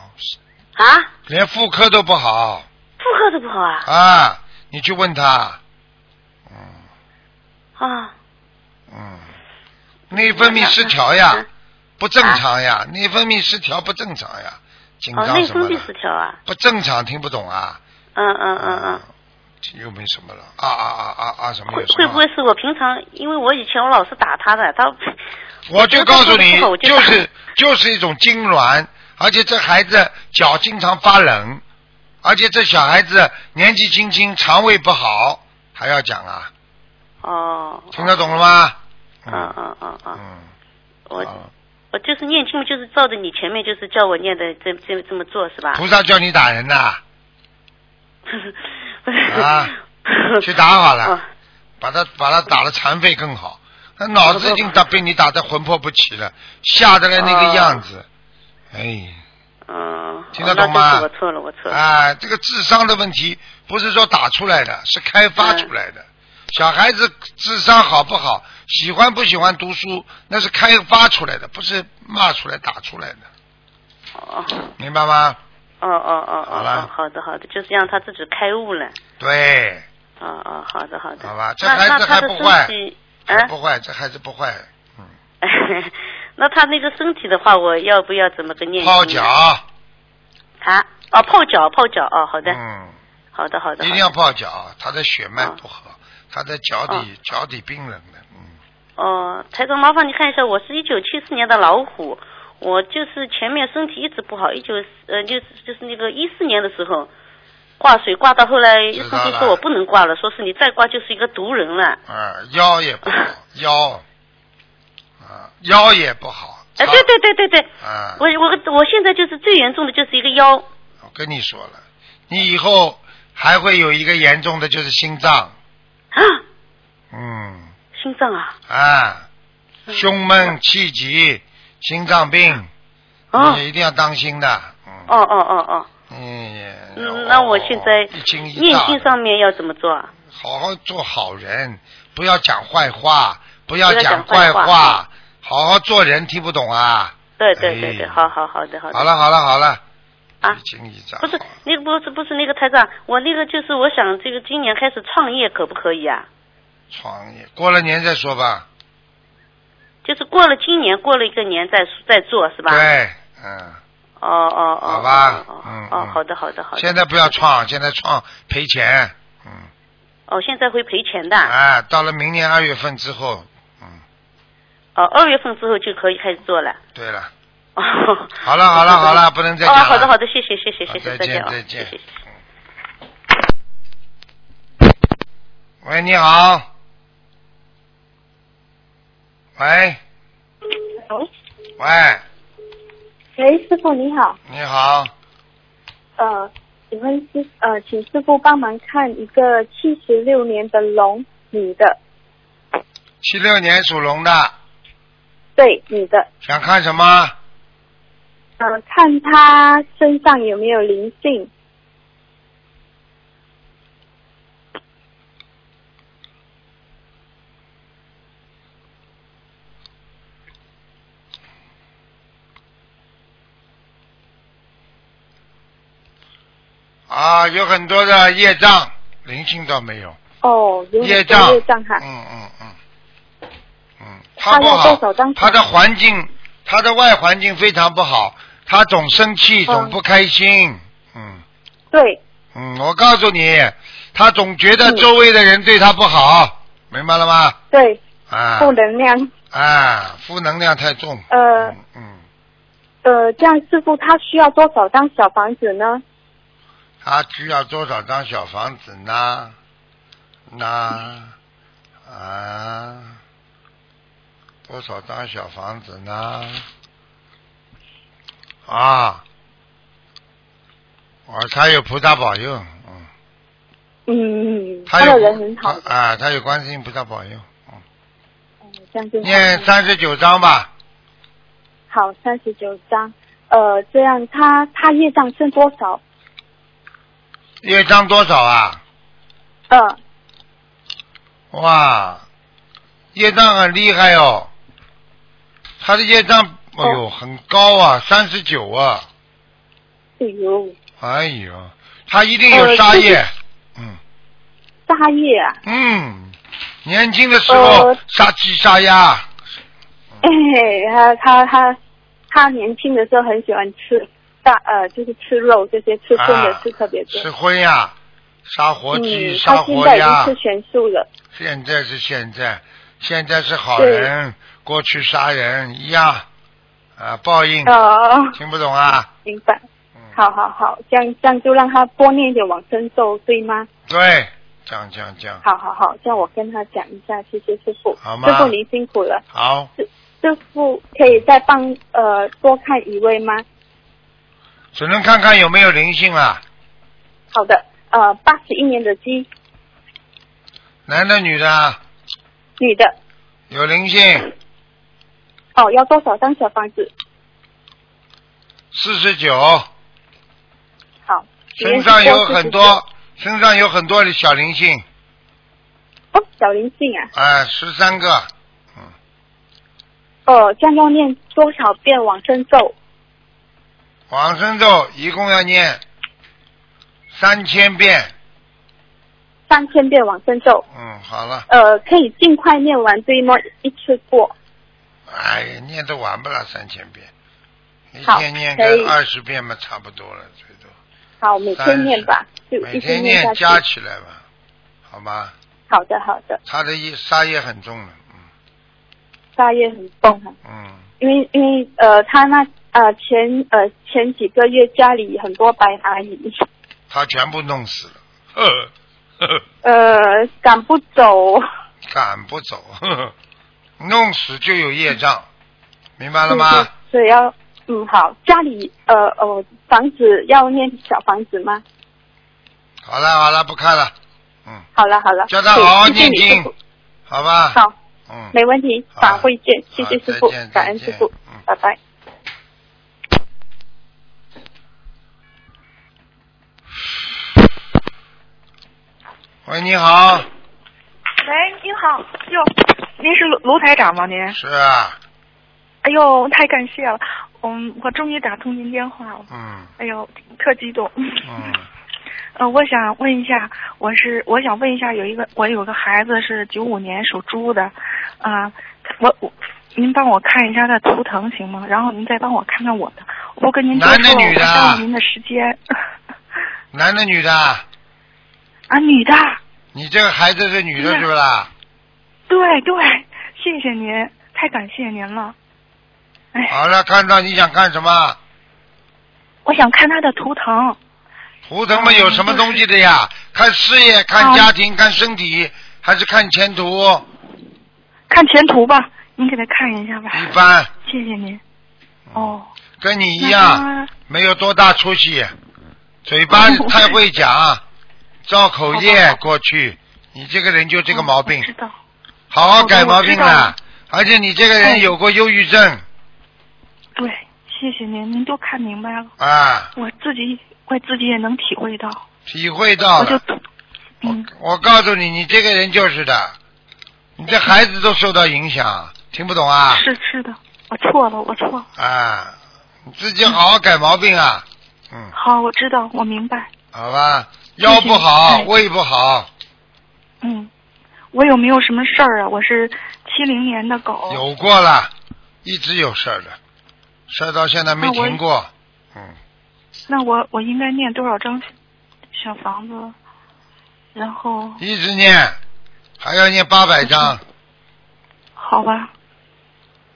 S5: 啊，
S1: 连妇科都不好
S5: 妇科都不好啊？
S1: 啊！你去问他，嗯
S5: 啊。
S1: 嗯，内分泌失调
S5: 嗯
S1: 呀，不正常呀，内分泌失调不正常呀，紧
S5: 哦，
S1: 张
S5: 内
S1: 什
S5: 分
S1: 么
S5: 泌失
S1: 的，
S5: 调啊？
S1: 不正常听不懂啊？
S5: 嗯嗯嗯嗯。，
S1: 又没什么了啊啊啊啊啊！什么
S5: 会
S1: 有什
S5: 会
S1: 么？
S5: 不会是我平常，因为我以前我老是打他的，他
S1: 我就告诉你
S5: 我觉得他说得不好我，就
S1: 就
S5: 打
S1: 是就是一种痉挛，而且这孩子脚经常发冷，而且这小孩子年纪轻轻，肠胃不好，还要讲啊，
S5: 哦，
S1: 听得懂了吗？啊
S5: 嗯嗯嗯嗯，
S1: 嗯，
S5: 我
S1: 好了
S5: 我呃就是念经，就是照着你前面就是叫我念的这这这么做是吧？
S1: 菩萨叫你打人 呐，
S5: 不是
S1: 啊，去打好
S5: 哦
S1: 了，把他把他打了残废更好。他脑子已经打被你打得魂魄不齐了，吓得来那个样子，哎，
S5: 嗯，
S1: 听得懂吗
S5: 哦那真是我错了，我错了。
S1: 啊，这个智商的问题不是说打出来的，是开发出来
S5: 嗯
S1: 的。小孩子智商好不好，喜欢不喜欢读书，那是开发出来的，不是骂出来打出来的。
S5: 哦
S1: 明白吗？
S5: 哦哦哦，
S1: 好了
S5: 哦好的好的，就是让他自己开悟了。
S1: 对，
S5: 哦哦，好的好的。
S1: 好吧这
S5: 那
S1: 孩子
S5: 那他
S1: 还
S5: 的
S1: 不坏
S5: 身体啊
S1: 还，不坏，这孩子不坏，嗯，
S5: 那他那个身体的话，我要不要怎么个念经呢？
S1: 泡脚，
S5: 啊，哦，泡脚泡脚哦，好的
S1: 嗯，
S5: 好的好的。
S1: 一定
S5: 好的
S1: 要泡脚，他的血脉
S5: 哦
S1: 不和，他的脚底脚底冰冷的，嗯，
S5: 哦，台长，麻烦你看一下，我是一九七四年的老虎，我就是前面身体一直不好，一九呃就是就是那个一四年的时候挂水挂到后来，医
S1: 知
S5: 生
S1: 道
S5: 就
S1: 了
S5: 说我不能挂了，说是你再挂就是一个毒人了。
S1: 啊，腰也不好，腰，啊，腰也不好，
S5: 哎，对对对对对，
S1: 啊，
S5: 我我我现在就是最严重的就是一个腰，
S1: 我跟你说了，你以后还会有一个严重的就是心脏，
S5: 啊，
S1: 嗯，
S5: 心脏啊，
S1: 啊，
S5: 嗯
S1: 胸闷气急，心脏病，
S5: 哦
S1: 你一定要当心的，嗯，
S5: 哦哦哦哦，
S1: 嗯，
S5: 嗯，那我现在
S1: 一惊一乍
S5: 念经上面要怎么做啊？
S1: 好好做好人，不要讲坏话，不要
S5: 不要
S1: 讲
S5: 讲
S1: 坏
S5: 坏话嗯
S1: 话，好好做人，听不懂啊？
S5: 对对对对，
S1: 哎
S5: 好好好的好的。
S1: 好了好了好了，
S5: 啊
S1: 一惊一乍，
S5: 不是
S1: 好了
S5: 那个不是不是那个台长，我那个就是我想这个今年开始创业可不可以啊？
S1: 创业过了年再说吧，
S5: 就是过了今年过了一个年再再做是吧？。
S1: 对，嗯。
S5: 哦哦哦。
S1: 好吧
S5: 哦
S1: 嗯
S5: 哦，
S1: 嗯
S5: 好的好的好的。
S1: 现在不要创，现在创赔钱。嗯，
S5: 哦，现在会赔钱的。
S1: 啊，到了明年二月份之后，嗯，
S5: 哦，二月份之后就可以开始做了。
S1: 对了，
S5: 哦。
S1: 好了好了好 了，不能再
S5: 哦，
S1: 讲了。
S5: 好的好的，谢谢谢谢谢
S1: 好
S5: 谢，
S1: 再见
S5: 见啊，
S1: 再
S5: 谢
S1: 见
S5: 谢。谢
S1: 喂，你好。喂喂，
S6: 喂，哎师傅你好，
S1: 你好，
S6: 呃，请问师呃，请师傅帮忙看一个七十六年的龙女的，
S1: 七六年属龙的，
S6: 对，女的，
S1: 想看什么？
S6: 呃，看她身上有没有灵性，
S1: 啊，有很多的业障，灵性倒没有，
S6: 哦，有很
S1: 业
S6: 多
S1: 障，
S6: 业障哈，
S1: 嗯嗯嗯，嗯，
S6: 她
S1: 不
S6: 要
S1: 好
S6: 多，少张？
S1: 他的环境，他的外环境非常不好，他总生气，总不开心。嗯
S6: 嗯对，嗯
S1: 嗯，我告诉你，他总觉得周围的人对他不好，明白了吗？
S6: 对，
S1: 啊
S6: 负能量，
S1: 啊，负能量太重。
S6: 呃
S1: 嗯嗯，
S6: 呃，这样师傅她需要多少张小房子呢？
S1: 他需要多少张小房子呢？那啊，多少张小房子呢？啊，哦，他有菩萨保佑，嗯，
S6: 嗯，
S1: 他
S6: 她
S1: 有
S6: 的人很好，
S1: 他啊，他有观世音菩萨保佑，
S6: 这样就好
S1: 念三十九章吧，
S6: 好，三十九张，呃，这样她她业障剩多少？
S1: 业障多少啊？
S6: 呃，
S1: 哇，业障很厉害哦，他的业障，哎呦，很高啊，三十九啊，
S6: 比如
S1: 哎呦，他一
S6: 呃
S1: 定有杀业，嗯
S6: 大业啊。
S1: 嗯，年轻的时候
S6: 呃
S1: 杀鸡杀鸭，嗯
S6: 哎，他他他他年轻的时候很喜欢吃大呃，就是吃肉这些，吃荤的
S1: 啊
S6: 吃特别多。
S1: 吃荤呀，杀活鸡，
S6: 嗯，
S1: 杀
S6: 他现
S1: 活
S6: 在已
S1: 鸭
S6: 经，吃全素了。
S1: 现在是现在，现在是好人，过去杀人一样啊，报应，
S6: 哦，
S1: 听不懂啊？
S6: 明白。
S1: 嗯，
S6: 好好好，这样这样就让他多念一点往生咒，对吗？
S1: 对，这样这样这样，
S6: 好好好，这样我跟他讲一下，谢谢师傅。
S1: 嗯好吗
S6: 师傅您辛苦了，
S1: 好，
S6: 师傅可以再帮呃多看一位吗？
S1: 只能看看有没有灵性了，
S6: 好的，呃，八十一年的鸡
S1: 男的女的
S6: 女的，
S1: 有灵性，
S6: 哦，要多少张小房子？
S1: 四十九。
S6: 好，
S1: 身上有很多
S6: 哦，
S1: 身上有很多的小灵性，
S6: 小灵性啊。
S1: 啊，十三个，
S6: 哦呃，这样要念多少遍往生咒？
S1: 往生咒一共要念三千遍。
S6: 三千遍往生咒，
S1: 嗯，好了，
S6: 呃，可以尽快念完这一幕一次过。
S1: 哎呀，念都完不了三千遍，一
S6: 好
S1: 天念
S6: 可以
S1: 个二十遍嘛，差不多了，最多。
S6: 好，每天念吧，就
S1: 每
S6: 一直
S1: 天
S6: 下
S1: 念
S6: 去。
S1: 加起来吧，好吧？
S6: 好的，好的，
S1: 他的业杀业很重了，
S6: 大业很棒啊，
S1: 嗯
S6: 因为因为呃，他那呃前呃前几个月家里很多白蚂蚁，
S1: 嗯，他全部弄死了，呵呵，
S6: 呃赶不走，
S1: 赶不走， 呵呵，弄死就有业障，明白了
S6: 所以
S1: 吗？
S6: 所以要嗯好，家里呃呃房子要念小房子吗？
S1: 好了好了，不看了，嗯，
S6: 好了好了，
S1: 叫他好好
S6: 对谢
S1: 念
S6: 谢你师
S1: 经
S6: 傅，
S1: 好吧？
S6: 好，
S1: 嗯，
S6: 没问题，
S1: 好
S6: 法会见，谢
S1: 好
S6: 谢师傅
S1: 再见，
S6: 感恩
S1: 再
S6: 师
S1: 见
S6: 傅
S1: 嗯，
S6: 拜拜。
S1: 喂，你好，
S7: 喂，您好，哟，您是卢卢台长吗？您？
S1: 是啊，
S7: 哎呦，太感谢了，嗯，我终于打通您电话了，
S1: 嗯
S7: 哎呦，特激动。
S1: 嗯，
S7: 呃，我想问一下，我是我想问一下，有一个我有个孩子是九五年属猪的，啊、我我您帮我看一下他图腾行吗？然后您再帮我看看我的，我跟您多
S1: 男的
S7: 说了，
S1: 女的
S7: 我耽误您的时间。
S1: 男的女的？
S7: 啊，女的，
S1: 你这个孩子是女的是
S6: 嗯
S1: 不是啦？
S7: 对对，谢谢您，太感谢您了。哎，
S1: 好了，看到你想看什么？
S7: 我想看他的图腾。
S1: 图腾嘛有什么东西的
S6: 嗯
S1: 呀？看事业、
S6: 啊
S1: 看家庭、看身体，还是看前途？
S7: 看前途吧，您给他看一下吧。
S1: 一般，
S7: 谢谢您。
S1: 嗯
S7: 哦，
S1: 跟你一
S6: 嗯
S7: 那
S1: 样，
S7: 他
S1: 没有多大出息，嘴巴太会讲，造口
S7: 哦好
S1: 业
S7: 好。好
S1: 过去，你这个人就这个毛病
S7: 我，知道。
S1: 好好改毛病
S7: 好的我知道
S1: 了。而且你这个人
S7: 嗯
S1: 有过忧郁症
S7: 对，谢谢您，您都看明白了，
S1: 啊，
S7: 我自己我自己也能体会到，
S1: 体会到
S7: 我就
S1: 了。
S7: 嗯，
S1: 我告诉你，你这个人就是的，你这孩子都受到影响，听不懂啊？
S7: 是是的，我错了，我错了。
S1: 啊，你自己好好改毛病啊。嗯，
S7: 好，我知道，我明白。
S1: 好吧，腰不
S7: 哎
S1: 好，胃不好，
S7: 嗯，我有没有什么事儿啊？我是七零年的狗。。
S1: 有过了，一直有事儿的，事儿到现在没停过。
S7: 啊
S1: 嗯，
S7: 那我我应该念多少张小房子？然后
S1: 一直念，还要念八百章，
S7: 好吧，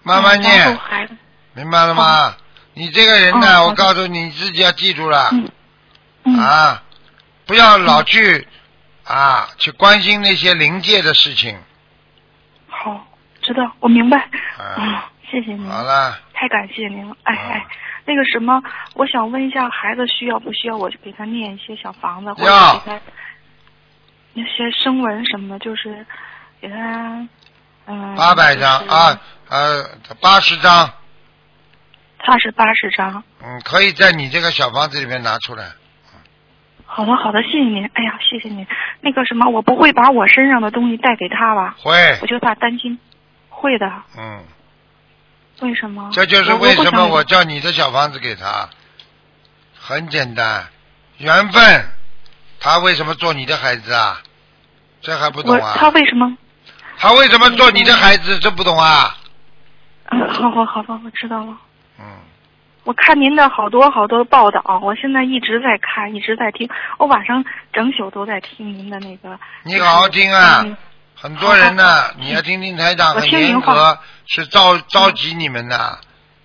S1: 慢慢
S7: 嗯然后
S1: 念，
S7: 还
S1: 明白了吗？你这个人
S7: 嗯
S1: 呢，
S7: 好的
S1: 我告诉你，你自己要记住了。
S7: 嗯嗯
S1: 啊，不要老去啊去关心那些灵界的事情。
S7: 好，知道，我明白。
S1: 啊
S7: 啊，谢谢您，
S1: 好了，
S7: 太感谢您了。哎
S1: 啊
S7: 哎，那个什么，我想问一下，孩子需要不需要我给他念一些小房子，或者
S1: 要
S7: 给他那些声纹什么的，就是给他嗯
S1: 八百张啊，，呃，八十张，
S7: 他是八十张。
S1: 嗯，可以在你这个小房子里面拿出来。
S7: 好的好的，谢谢您。哎呀，谢谢您。那个什么，我不会把我身上的东西带给他吧？
S1: 会
S7: 我，就怕担心。会的，
S1: 嗯，
S7: 为什么？
S1: 这就是
S7: 我
S1: 为什么我
S7: 我
S1: 叫你的小房子给他，很简单，缘分。他为什么做你的孩子啊？这还不
S7: 我
S1: 懂啊？
S7: 他为什么？
S1: 他为什么做你的孩子？这不懂啊？
S7: 嗯，好好好吧，我知道了。
S1: 嗯，
S7: 我看您的好多好多报道，啊我现在一直在看，一直在听，我晚上整宿都在听您的那个。
S1: 你好好听啊
S7: 嗯
S1: 很多人
S7: 好
S1: 呢
S7: 好，
S1: 你要听听台长
S7: 我
S1: 很
S7: 听
S1: 严
S7: 您话
S1: 格，是着着急你们呐。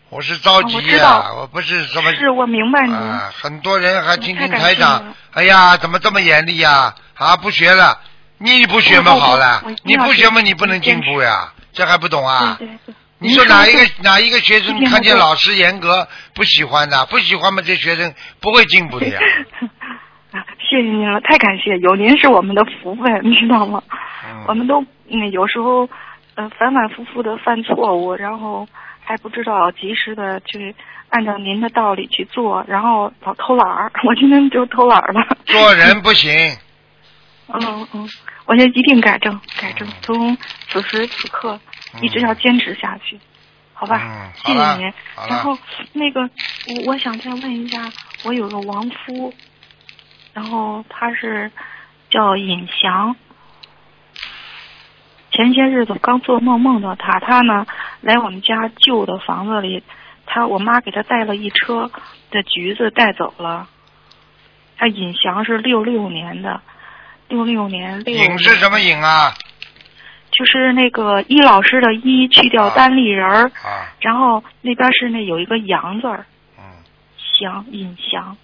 S1: 我是着急
S7: 啊我知
S1: 呀、
S7: 道
S1: 我不是什么
S7: 是我明白您。嗯
S1: 啊，很多人还听听
S7: 太感
S1: 台
S7: 谢
S1: 长
S7: 了，
S1: 哎呀，怎么这么严厉呀、啊？不学了，你不学嘛
S7: 我
S1: 好了
S7: 哦我我一，定
S1: 你
S7: 要
S1: 不
S7: 学嗯
S1: 学嘛你不能进步呀，这还不懂啊？
S7: 对对对。
S1: 你说哪一个
S7: 您
S1: 哪一个学生
S7: 一定要
S1: 看见
S7: 做
S1: 老师严格不喜欢的，不喜欢嘛这学生不会进步的呀。
S7: 啊，谢谢您了，太感谢，有您是我们的福分，你知道吗？
S1: 嗯
S7: 我们都嗯有时候呃反反复复的犯错误，然后还不知道及时的去按照您的道理去做，然后老偷懒儿。 我今天就偷懒儿了。
S1: 做人不行，
S7: 嗯嗯，我
S1: 嗯
S7: 就一定改正，改正，从此时此刻一直要坚持下去。好
S8: 啊
S7: 吧？
S1: 嗯
S7: 谢
S1: 好
S7: 谢
S1: 了
S7: 您。
S1: 好了
S7: 然后那个，我我想再问一下，我有个亡夫，然后他是叫尹翔。前些日子刚做梦梦到他，他呢来我们家旧的房子里，他我妈给他带了一车的橘子带走了。他尹翔是六六年的，六六年六
S1: 影是什么影啊？
S7: 就是那个一老师的一去掉
S1: 啊
S7: 单立人儿，
S1: 啊，
S7: 然后那边是那有一个阳字儿，
S1: 嗯，
S7: 祥尹祥。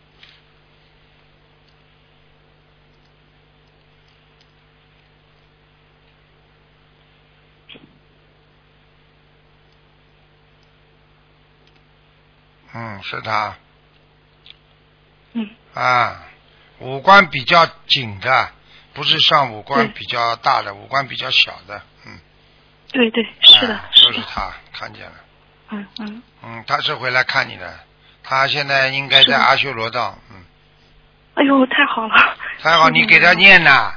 S1: 嗯，是他。
S7: 嗯。
S1: 啊，五官比较紧的，不是像五官
S7: 对
S1: 比较大的，五官比较小的。嗯，
S7: 对对，是的
S1: 哎，
S7: 是
S1: 就是
S7: 的，
S1: 他，看见了。
S7: 嗯嗯，
S1: 嗯，他是回来看你的，他现在应该
S7: 是
S1: 在
S7: 的
S1: 阿修罗道。嗯，
S7: 哎呦，太好了，
S1: 还好
S7: 是的
S1: 你给他，念呐。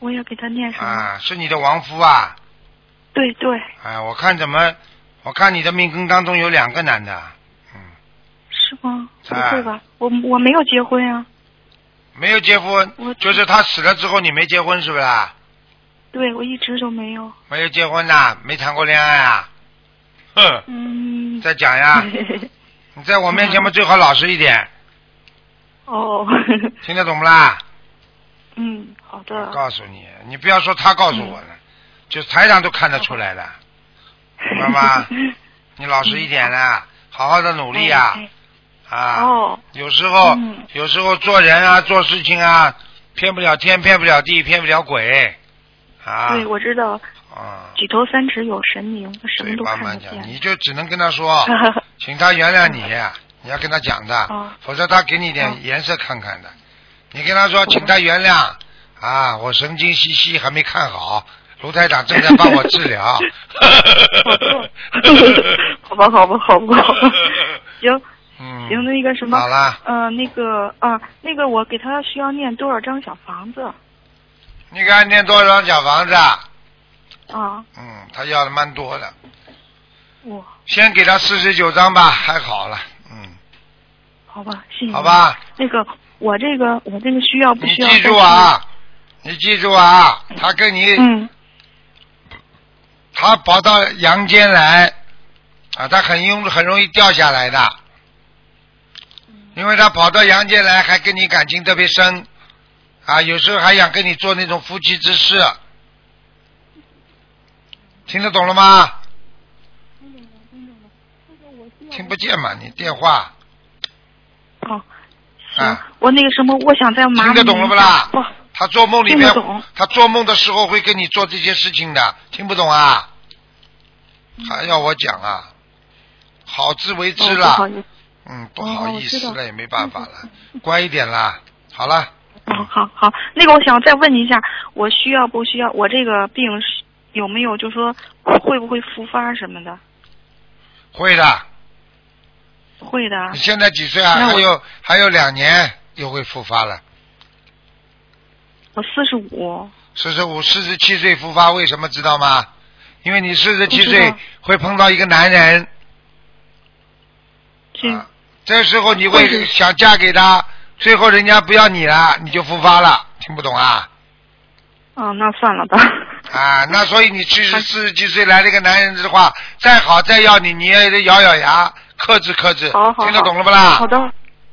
S7: 我也给他念什么？
S1: 啊，是你的亡夫啊！
S7: 对对，
S1: 哎，我看怎么，我看你的命根当中有两个男的，嗯，
S7: 是吗？不
S1: 哎
S7: 会吧？我我没有结婚啊，
S1: 没有结婚
S7: 我，
S1: 就是他死了之后你没结婚是不是啊？
S7: 对我一直都没有，
S1: 没有结婚呐、没谈过恋爱啊？哼，
S7: 嗯，
S1: 再讲 呀，你在我面前嘛最好老实一点，
S7: 哦，
S1: 听得懂不啦？
S7: 嗯，好
S1: 我
S7: 的，嗯
S1: 告诉你，你不要说他告诉我了，就台长都看得出来了，妈 妈你老实一点啦，好好的努力啊
S7: 哎哎
S1: 啊！
S7: 哦，
S1: 有时候、
S7: 嗯
S1: 有时候做人啊，做事情啊，骗不了天，骗不了地，骗不了鬼啊。
S7: 对，我知道
S1: 啊，
S7: 举头三尺有神明，我什么
S1: 嘴
S7: 都
S1: 慢
S7: 看
S1: 慢
S7: 得
S1: 讲，
S7: 见。
S1: 你就只能跟他 说，请他原谅你，啊你要跟他讲的，
S7: 哦
S1: 否则他给你
S7: 哦
S1: 点颜色看看的。你跟他说，请他原谅啊，我神经兮兮还没看好，卢台长正在帮我治疗。
S7: 好吧，好吧，好吧，好吧，行
S1: 嗯，
S7: 行，那个什么
S1: 好，啦，
S7: 呃，那个啊、那个我给他需要念多少张小房子
S1: 你给他念多少张小房子？啊？
S7: 啊？
S1: 嗯，他要的蛮多的。
S7: 我
S1: 先给他四十九张吧，还好了，嗯，
S7: 好吧，谢谢你。
S1: 好吧，
S7: 那个我这个我这个需要不
S1: 你
S7: 需要？
S1: 记住！啊，你记住啊，他跟你，
S7: 嗯，
S1: 他跑到阳间来，啊，他很容很容易掉下来的，因为他跑到阳间来，还跟你感情特别深，啊，有时候还想跟你做那种夫妻之事，听得懂了吗？听不见嘛，你电话
S7: 哦，行，
S1: 啊。
S7: 我那个什么，我想再
S1: 听
S7: 麻烦
S1: 得懂了不啦
S7: 不，
S1: 他做梦里
S7: 听
S1: 面
S7: 得懂，
S1: 他做梦的时候会跟你做这些事情的，听不懂啊？
S7: 嗯
S1: 还要我讲啊？好自为之
S7: 哦不
S1: 啦，
S7: 好意思，
S1: 嗯，不
S7: 哦
S1: 好
S7: 我
S1: 意
S7: 知
S1: 思
S7: 道
S1: 了，也没办法了，乖一点啦。好了，
S7: 哦，好好，那个我想再问一下，我需要不需要？我这个病是有没有就说会不会复发什么的？
S1: 会的。
S7: 会的啊。
S1: 你现在几岁啊？
S7: 那我
S1: 还有还有两年又会复发了，
S7: 我四十五。
S1: 四十五、四十七岁复发，为什么知道吗？因为你四十七
S7: 我知道
S1: 岁会碰到一个男人，
S7: 这
S1: 啊，这时候你
S7: 或者
S1: 会想嫁给他，最后人家不要你了，你就复发了，听不懂啊？
S7: 啊，那算了吧。
S1: 啊，那所以你七十四十几岁来了一个男人的话，再好再要你，你也得咬咬牙，克制克制，
S7: 好好好
S1: 听得懂了不啦？
S7: 好的，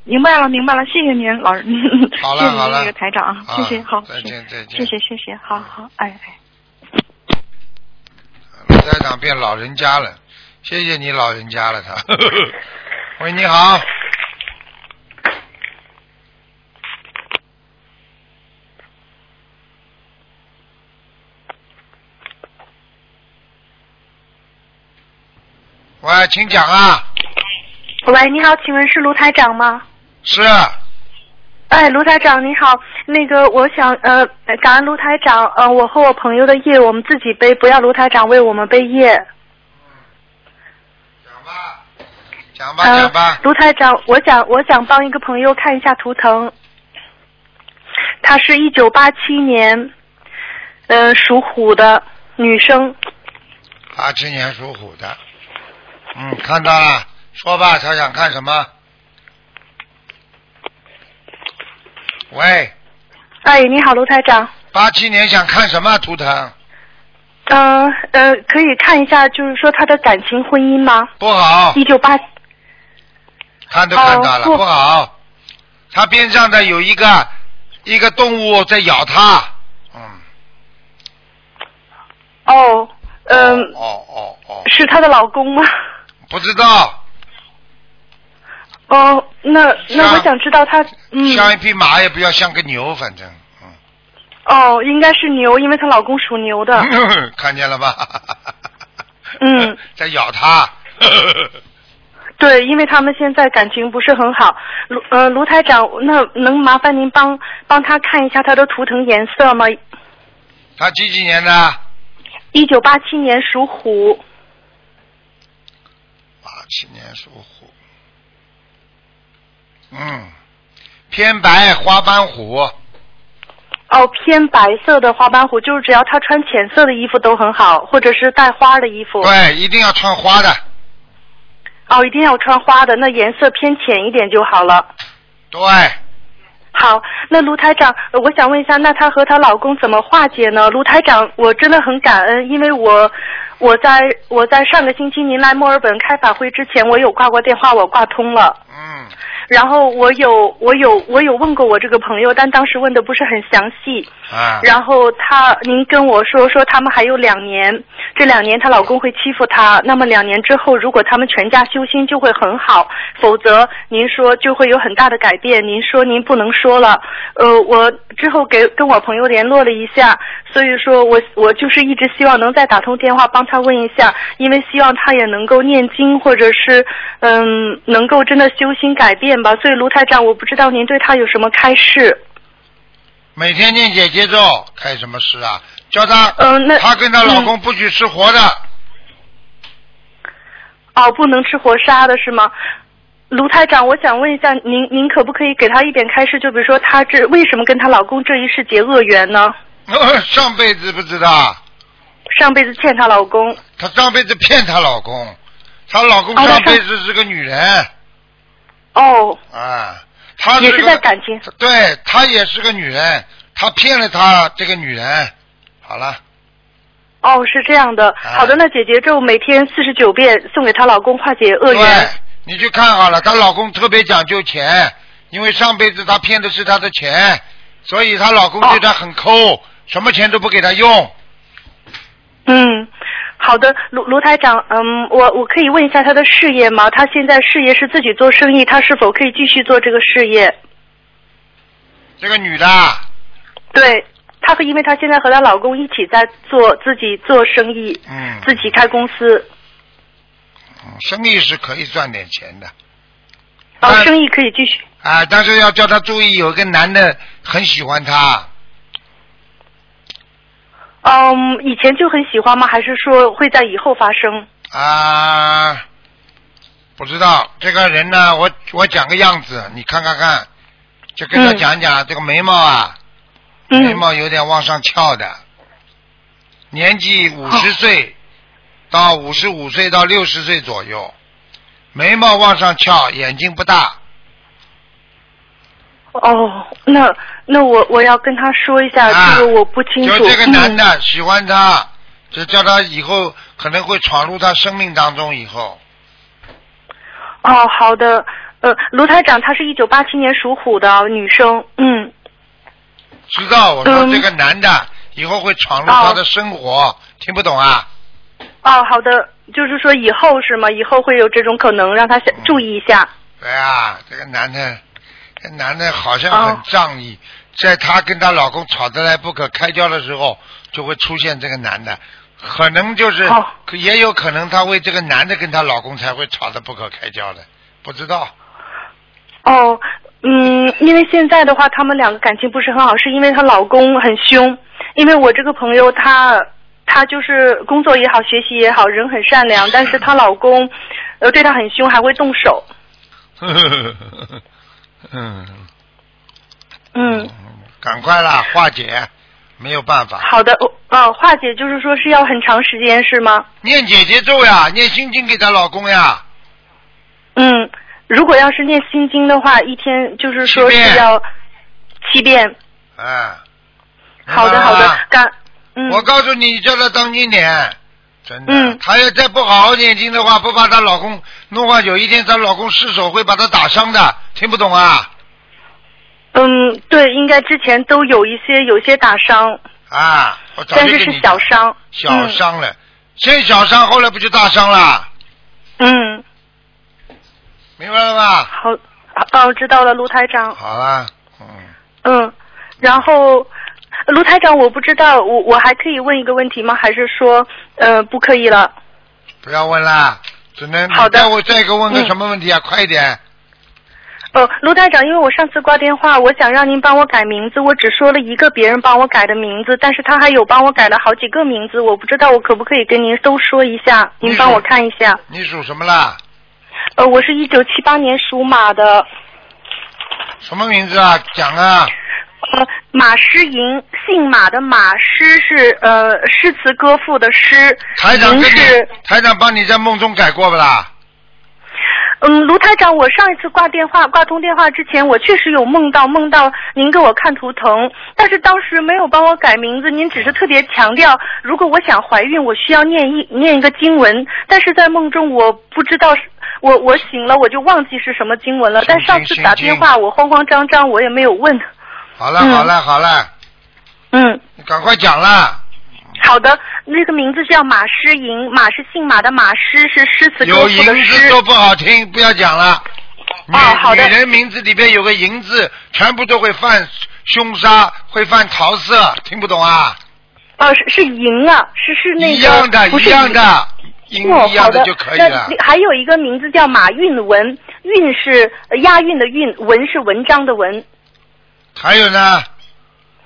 S7: 明白了，明白了，谢谢您，老师，
S1: 好了
S7: 谢谢您
S1: 好了
S7: 那个台长啊，谢谢，
S1: 啊
S7: 好，
S1: 再见再见
S7: 谢谢谢谢，好好，哎哎，
S1: 卢台长变老人家了，谢谢你老人家了他。喂，你好。喂，请讲啊，
S8: 喂，你好，请问是卢台长吗？
S1: 是
S8: 哎，卢台长你好，那个我想呃，感恩卢台长，呃，我和我朋友的业我们自己背，不要卢台长为我们背业。
S1: 讲吧，讲吧，
S8: 呃
S1: 讲吧，，
S8: 卢台长，我想我想帮一个朋友看一下图腾，她是一九八七年，呃，属虎的女生，
S1: 八七年属虎的，嗯，看到了，说吧，他想看什么？喂，
S8: 哎，你好，卢台长。
S1: 八七年想看什么啊图腾？
S8: 嗯呃，可以看一下，就是说他的感情婚姻吗？
S1: 不好，
S8: 一九八
S1: 看都看到了，
S8: 哦不
S1: 不好。他边上的有一个一个动物在咬他，嗯，
S8: 哦，嗯、
S1: 哦哦哦，
S8: 是她的老公吗？
S1: 不知道，
S8: 哦，那那
S1: 像
S8: 我想知道她嗯
S1: 像一匹马也不要像个牛，反正，
S8: 哦，应该是牛，因为她老公属 牛的。
S1: 嗯，看见了吧？
S8: 嗯，
S1: 在咬他。
S8: 对，因为他们现在感情不是很好。卢呃，卢台长，那能麻烦您帮帮他看一下他的图腾颜色吗？
S1: 他几几年的？
S8: 一九八七年属虎。
S1: 八七年属虎。嗯，偏白花斑虎。
S8: 哦，偏白色的花斑虎，就是只要他穿浅色的衣服都很好，或者是带花的衣服。
S1: 对，一定要穿花的。
S8: 哦，一定要穿花的，那颜色偏浅一点就好了。
S1: 对，
S8: 好，那卢台长，呃我想问一下，那她和她老公怎么化解呢？卢台长，我真的很感恩，因为我我在我在上个星期您来墨尔本开法会之前，我有挂过电话，我挂通了。
S1: 嗯，
S8: 然后我有我有我有问过我这个朋友，但当时问的不是很详细。
S1: 啊，
S8: 然后她，您跟我说说他们还有两年，这两年她老公会欺负她。那么两年之后，如果他们全家修心就会很好，否则您说就会有很大的改变。您说您不能说了，呃，我之后给跟我朋友联络了一下，所以说我我就是一直希望能再打通电话帮她问一下，因为希望她也能够念经或者是嗯能够真的修心改变吧。所以卢台长，我不知道您对她有什么开示。
S1: 每天念姐姐咒，开什么事啊？叫她，
S8: 嗯、那
S1: 她跟她老公不许吃活的。
S8: 哦，不能吃活杀的是吗？卢台长，我想问一下，您您可不可以给她一点开示？就比如说，她这为什么跟她老公这一世结恶缘呢？嗯
S1: 上辈子不知道，
S8: 上辈子欠她老公。
S1: 她上辈子骗她老公，她老公
S8: 哦她
S1: 上
S8: 上
S1: 辈子是个女人
S8: 哦，
S1: 啊，她
S8: 也
S1: 个嗯
S8: 是在感情。
S1: 对她也是个女人，她骗了她这个女人。好了，
S8: 哦，是这样的。
S1: 哎
S8: 好的，那姐姐咒每天四十九遍送给她老公化解恶
S1: 对
S8: 缘。，
S1: 你去看好了，她老公特别讲究钱，因为上辈子她骗的是她的钱，所以她老公对她很抠，
S8: 哦
S1: 什么钱都不给她用。
S8: 嗯，好的，卢卢台长，嗯，我我可以问一下她的事业吗？她现在事业是自己做生意，她是否可以继续做这个事业？
S1: 这个女的啊
S8: 对，她和因为她现在和她老公一起在做自己做生意，
S1: 嗯，
S8: 自己开公司，
S1: 嗯生意是可以赚点钱的
S8: 哦
S1: 哎，
S8: 生意可以继续。
S1: 啊，但是要叫她注意，有一个男的很喜欢她，
S8: 嗯，以前就很喜欢吗？还是说会在以后发生？
S1: 啊，不知道这个人呢，我我讲个样子，你看看看，就跟他
S8: 嗯
S1: 讲讲、这个眉毛啊，眉
S8: 嗯，
S1: 毛有点往上翘的，年纪
S8: 哦
S1: 五十岁到五十五岁到六十岁左右，眉毛往上翘，眼睛不大，
S8: 哦，那那我我要跟他说一下，
S1: 啊
S8: 这个我不清楚。
S1: 就这个男
S8: 嗯、
S1: 的喜欢她，就叫她以后可能会闯入她生命当中以后，
S8: 哦，好的。呃，卢台长，她是一九八七年属虎的女生。嗯，
S1: 知道我说
S8: 嗯
S1: 这个男的以后会闯入她的生活，听不懂啊？
S8: 哦，好的，就是说以后是吗？以后会有这种可能，让她想
S1: 嗯
S8: 注意一下。
S1: 对啊，这个男的，这男的好像
S8: 哦
S1: 很仗义，在她跟她老公吵得来不可开交的时候，就会出现这个男的，可能就是，
S8: 哦
S1: 可也有可能她为这个男的跟她老公才会吵得不可开交的，不知道。
S8: 哦，嗯，因为现在的话，他们两个感情不是很好，是因为她老公很凶。因为我这个朋友她，她就是工作也好，学习也好，人很善良，但是她老公，呃，对她很凶，还会动手。
S1: 嗯，
S8: 嗯，
S1: 嗯赶快啦，化解，没有办法。
S8: 好的，哦呃，化解就是说是要很长时间是吗？
S1: 念姐姐咒呀，念心经给她老公呀，
S8: 嗯，如果要是念心经的话，一天就是说
S1: 七遍
S8: 是要七遍。
S1: 嗯。
S8: 好的，好
S1: 明
S8: 的
S1: 白吗，
S8: 感嗯
S1: 我告诉你，你叫她当心点，真的。
S8: 嗯
S1: 她要再不好好念经的话，不把她老公弄坏，有一天她老公失手会把她打伤的。听不懂啊？
S8: 嗯，对，应该之前都有一些有些打伤，
S1: 啊，我早就
S8: 但是
S1: 跟
S8: 是
S1: 你
S8: 小
S1: 讲
S8: 伤。
S1: 小伤了，先小伤，后来不就大伤了？
S8: 嗯。嗯，
S1: 明白了吧？
S8: 好，哦，我知道了，卢台长。
S1: 好啦，嗯。
S8: 嗯，然后呃卢台长，我不知道，我我还可以问一个问题吗？还是说，呃，不可以了？
S1: 不要问啦，只能
S8: 好的
S1: 再我再给我问个
S8: 嗯
S1: 什么问题啊？快一点，
S8: 呃，卢台长，因为我上次挂电话，我想让您帮我改名字，我只说了一个别人帮我改的名字，但是他还有帮我改了好几个名字，我不知道我可不可以跟您都说一下，您帮
S1: 嗯
S8: 我看一下。
S1: 你属什么啦？
S8: 呃，我是一九七八年属马的，
S1: 什么名字啊？讲啊！
S8: 呃，马诗莹，姓马的马，诗是呃诗词歌赋的诗，
S1: 台长
S8: 莹
S1: 跟你
S8: 是
S1: 台长帮你在梦中改过不啦？
S8: 嗯，卢台长，我上一次挂电话挂通电话之前，我确实有梦到梦到您给我看图腾，但是当时没有帮我改名字，您只是特别强调，如果我想怀孕，我需要念一念一个经文，但是在梦中我不知道是。我我醒了，我就忘记是什么经文了。但上次打电话，我慌慌张张，我也没有问。
S1: 好了
S8: 嗯
S1: 好了好了，
S8: 嗯，
S1: 你赶快讲啦！
S8: 好的，那个名字叫马诗莹，马是姓马的马，诗是诗词歌
S1: 有
S8: 赋的
S1: 银字
S8: 诗。
S1: 都不好听，不要讲了。女
S8: 哦好的
S1: 女人名字里边有个银字，全部都会犯凶杀，会犯桃色，听不懂啊？
S8: 哦，是是莹啊，是是那个
S1: 一样的，
S8: 不
S1: 一
S8: 是
S1: 样
S8: 莹
S1: 的，音
S8: 哦，
S1: 一
S8: 好
S1: 样的就可以
S8: 那
S1: 了。
S8: 还有一个名字叫马韵文，韵是呃押韵的韵，文是文章的文。
S1: 还有呢？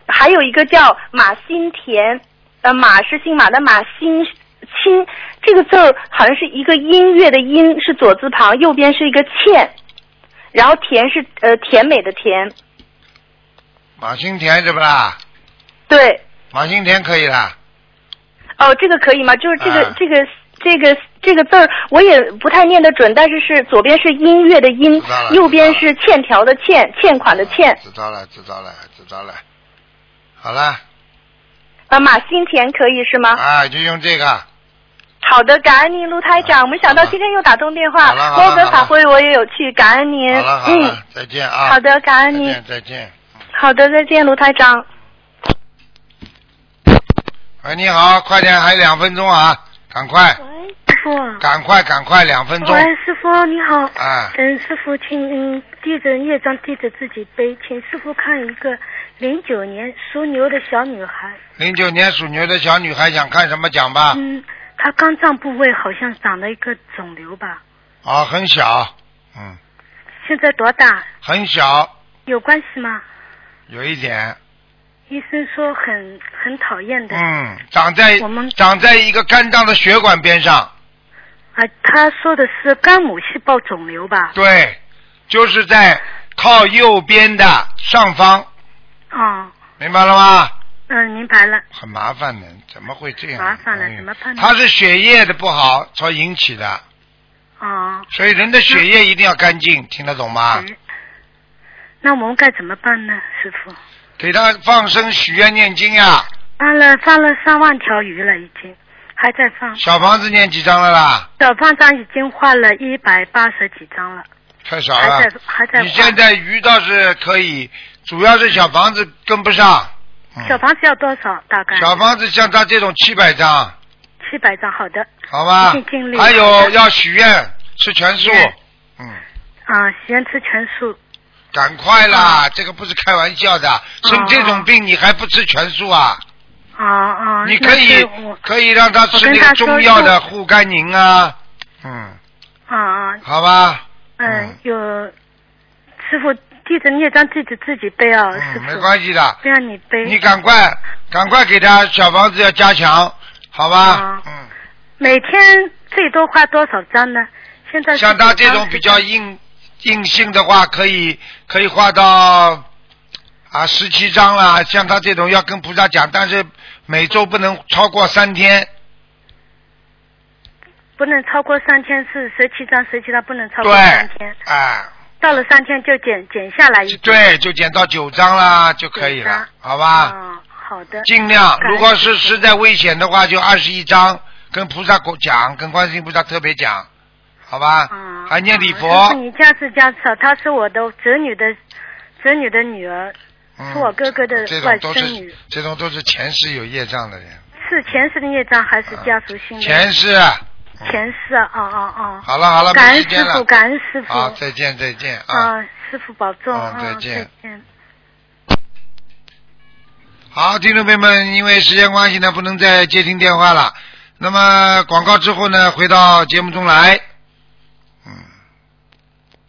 S8: 还有一个叫马新田，呃，马是姓马的马，新亲这个字儿好像是一个音乐的音，是左字旁，右边是一个欠，然后田是呃甜美的甜。
S1: 马新田是不啦？
S8: 对，
S1: 马新田可以啦。
S8: 哦，这个可以吗？就是这个、
S1: 啊
S8: 这个这个这个字儿，我也不太念得准，但是是左边是音乐的音
S1: 知道了，
S8: 右边是欠条的欠，欠款的欠。
S1: 知道了，知道了，知道了。好了，
S8: 啊，马新田可以是吗？
S1: 啊，就用这个。
S8: 好的，感恩您，卢台
S1: 啊好
S8: 长。没想到今天又打通电话
S1: 好了好，了
S8: 墨尔本
S1: 好了
S8: 法会我也有去，感恩您。
S1: 好了好了，
S8: 嗯，
S1: 再见啊。
S8: 好的，嗯感
S1: 再
S8: 恩您
S1: 见。再见。
S8: 好的，再见，卢台长。
S1: 喂，你好，快点，还有两分钟啊，赶快，
S9: 喂，师傅啊！
S1: 赶快，赶快，两分钟
S9: 喂，师傅你好。
S1: 啊。
S9: 嗯，师傅，请嗯，弟子业障弟子自己背，请师傅看一个零九年属牛的小女孩，
S1: 零九年属牛的小女孩想看什么讲吧？
S9: 嗯，她肝脏部位好像长了一个肿瘤吧？
S1: 哦，很小，嗯，
S9: 现在多大？
S1: 很小，
S9: 有关系吗？
S1: 有一点，
S9: 医生说很很讨厌的、
S1: 嗯，长在
S9: 我们
S1: 长在一个肝脏的血管边上，
S9: 啊，他说的是肝母细胞肿瘤吧？
S1: 对，就是在靠右边的上方，
S9: 哦，
S1: 明白了吗？
S9: 嗯，明白了。
S1: 很麻烦的，怎么会这样？
S9: 麻烦了
S1: 哎呦
S9: 怎么办呢
S1: 它是血液的不好所引起的，
S9: 哦，
S1: 所以人的血液一定要干净，听得懂吗？
S9: 嗯那我们该怎么办呢，师傅？
S1: 给他放生、许愿、念经呀。
S9: 放了放了三万条鱼了，已经还在放。
S1: 小房子念几张了啦？
S9: 小方章已经画了一百八十几张了，
S1: 太少
S9: 还
S1: 了。
S9: 在还在画。
S1: 你现在鱼倒是可以，主要是小房子跟不上。嗯、
S9: 小房子要多少？大概
S1: 小房子像他这种七百张，
S9: 七百张，好的。
S1: 好吧
S9: 尽尽？力
S1: 还
S9: 好
S1: 有
S9: 的
S1: 要许愿，吃全素
S9: 许愿。
S1: 嗯。
S9: 啊，许愿吃全素。
S1: 赶快
S9: 嗯
S1: 啦！这个不是开玩笑
S9: 哦
S1: 的，生这种病你还不吃全素啊？
S9: 啊啊！
S1: 你可
S9: 那
S1: 以
S9: 是我
S1: 可以让他吃
S9: 我
S1: 那
S9: 跟
S1: 个
S9: 他说
S1: 中药的护肝宁啊，嗯，
S9: 啊啊！
S1: 好吧，嗯
S9: 嗯，有师傅弟子孽障，弟子自己背啊，师
S1: 嗯，
S9: 傅。
S1: 没关系的，
S9: 不让你背。
S1: 你赶快赶快给他小房子要加强，好吧
S9: 啊，
S1: 嗯，
S9: 每天最多画多少张呢？现在是
S1: 像他这种比较
S9: 90张
S1: 硬硬性的话，可以可以画到啊，十七章啦，像他这种要跟菩萨讲，但是每周不能超过三天，
S9: 不能超过三天是十七张，十七张不能超过
S1: 对
S9: 三天，
S1: 啊，
S9: 到了三天就减减下来一点。
S1: 对，就减到九章啦就可以了，好吧？
S9: 啊，好的。
S1: 尽量，
S9: 感恩
S1: 如果是实在危险的话，就二十一章，跟菩萨讲，跟观世音菩萨特别讲，好吧？
S9: 啊
S1: 还念礼
S9: 就
S1: 佛
S9: 是，你家是家次，她是我的侄女的侄女的女儿，是我
S1: 嗯，
S9: 哥哥的
S1: 这种
S9: 外
S1: 都
S9: 孙女
S1: 是，这种都是前世有业障的人，
S9: 是前世的业障还是家族性的？
S1: 前世。啊
S9: 前世啊啊啊！
S1: 好了好了，
S9: 感
S1: 没
S9: 恩
S1: 时间
S9: 师
S1: 了
S9: 傅，，感恩师傅。
S1: 好，再见再见啊！
S9: 啊，师傅保重
S1: 嗯
S9: 啊！
S1: 再见
S9: 再见。
S1: 好，听众朋友们，因为时间关系呢，不能再接听电话了。那么广告之后呢，回到节目中来。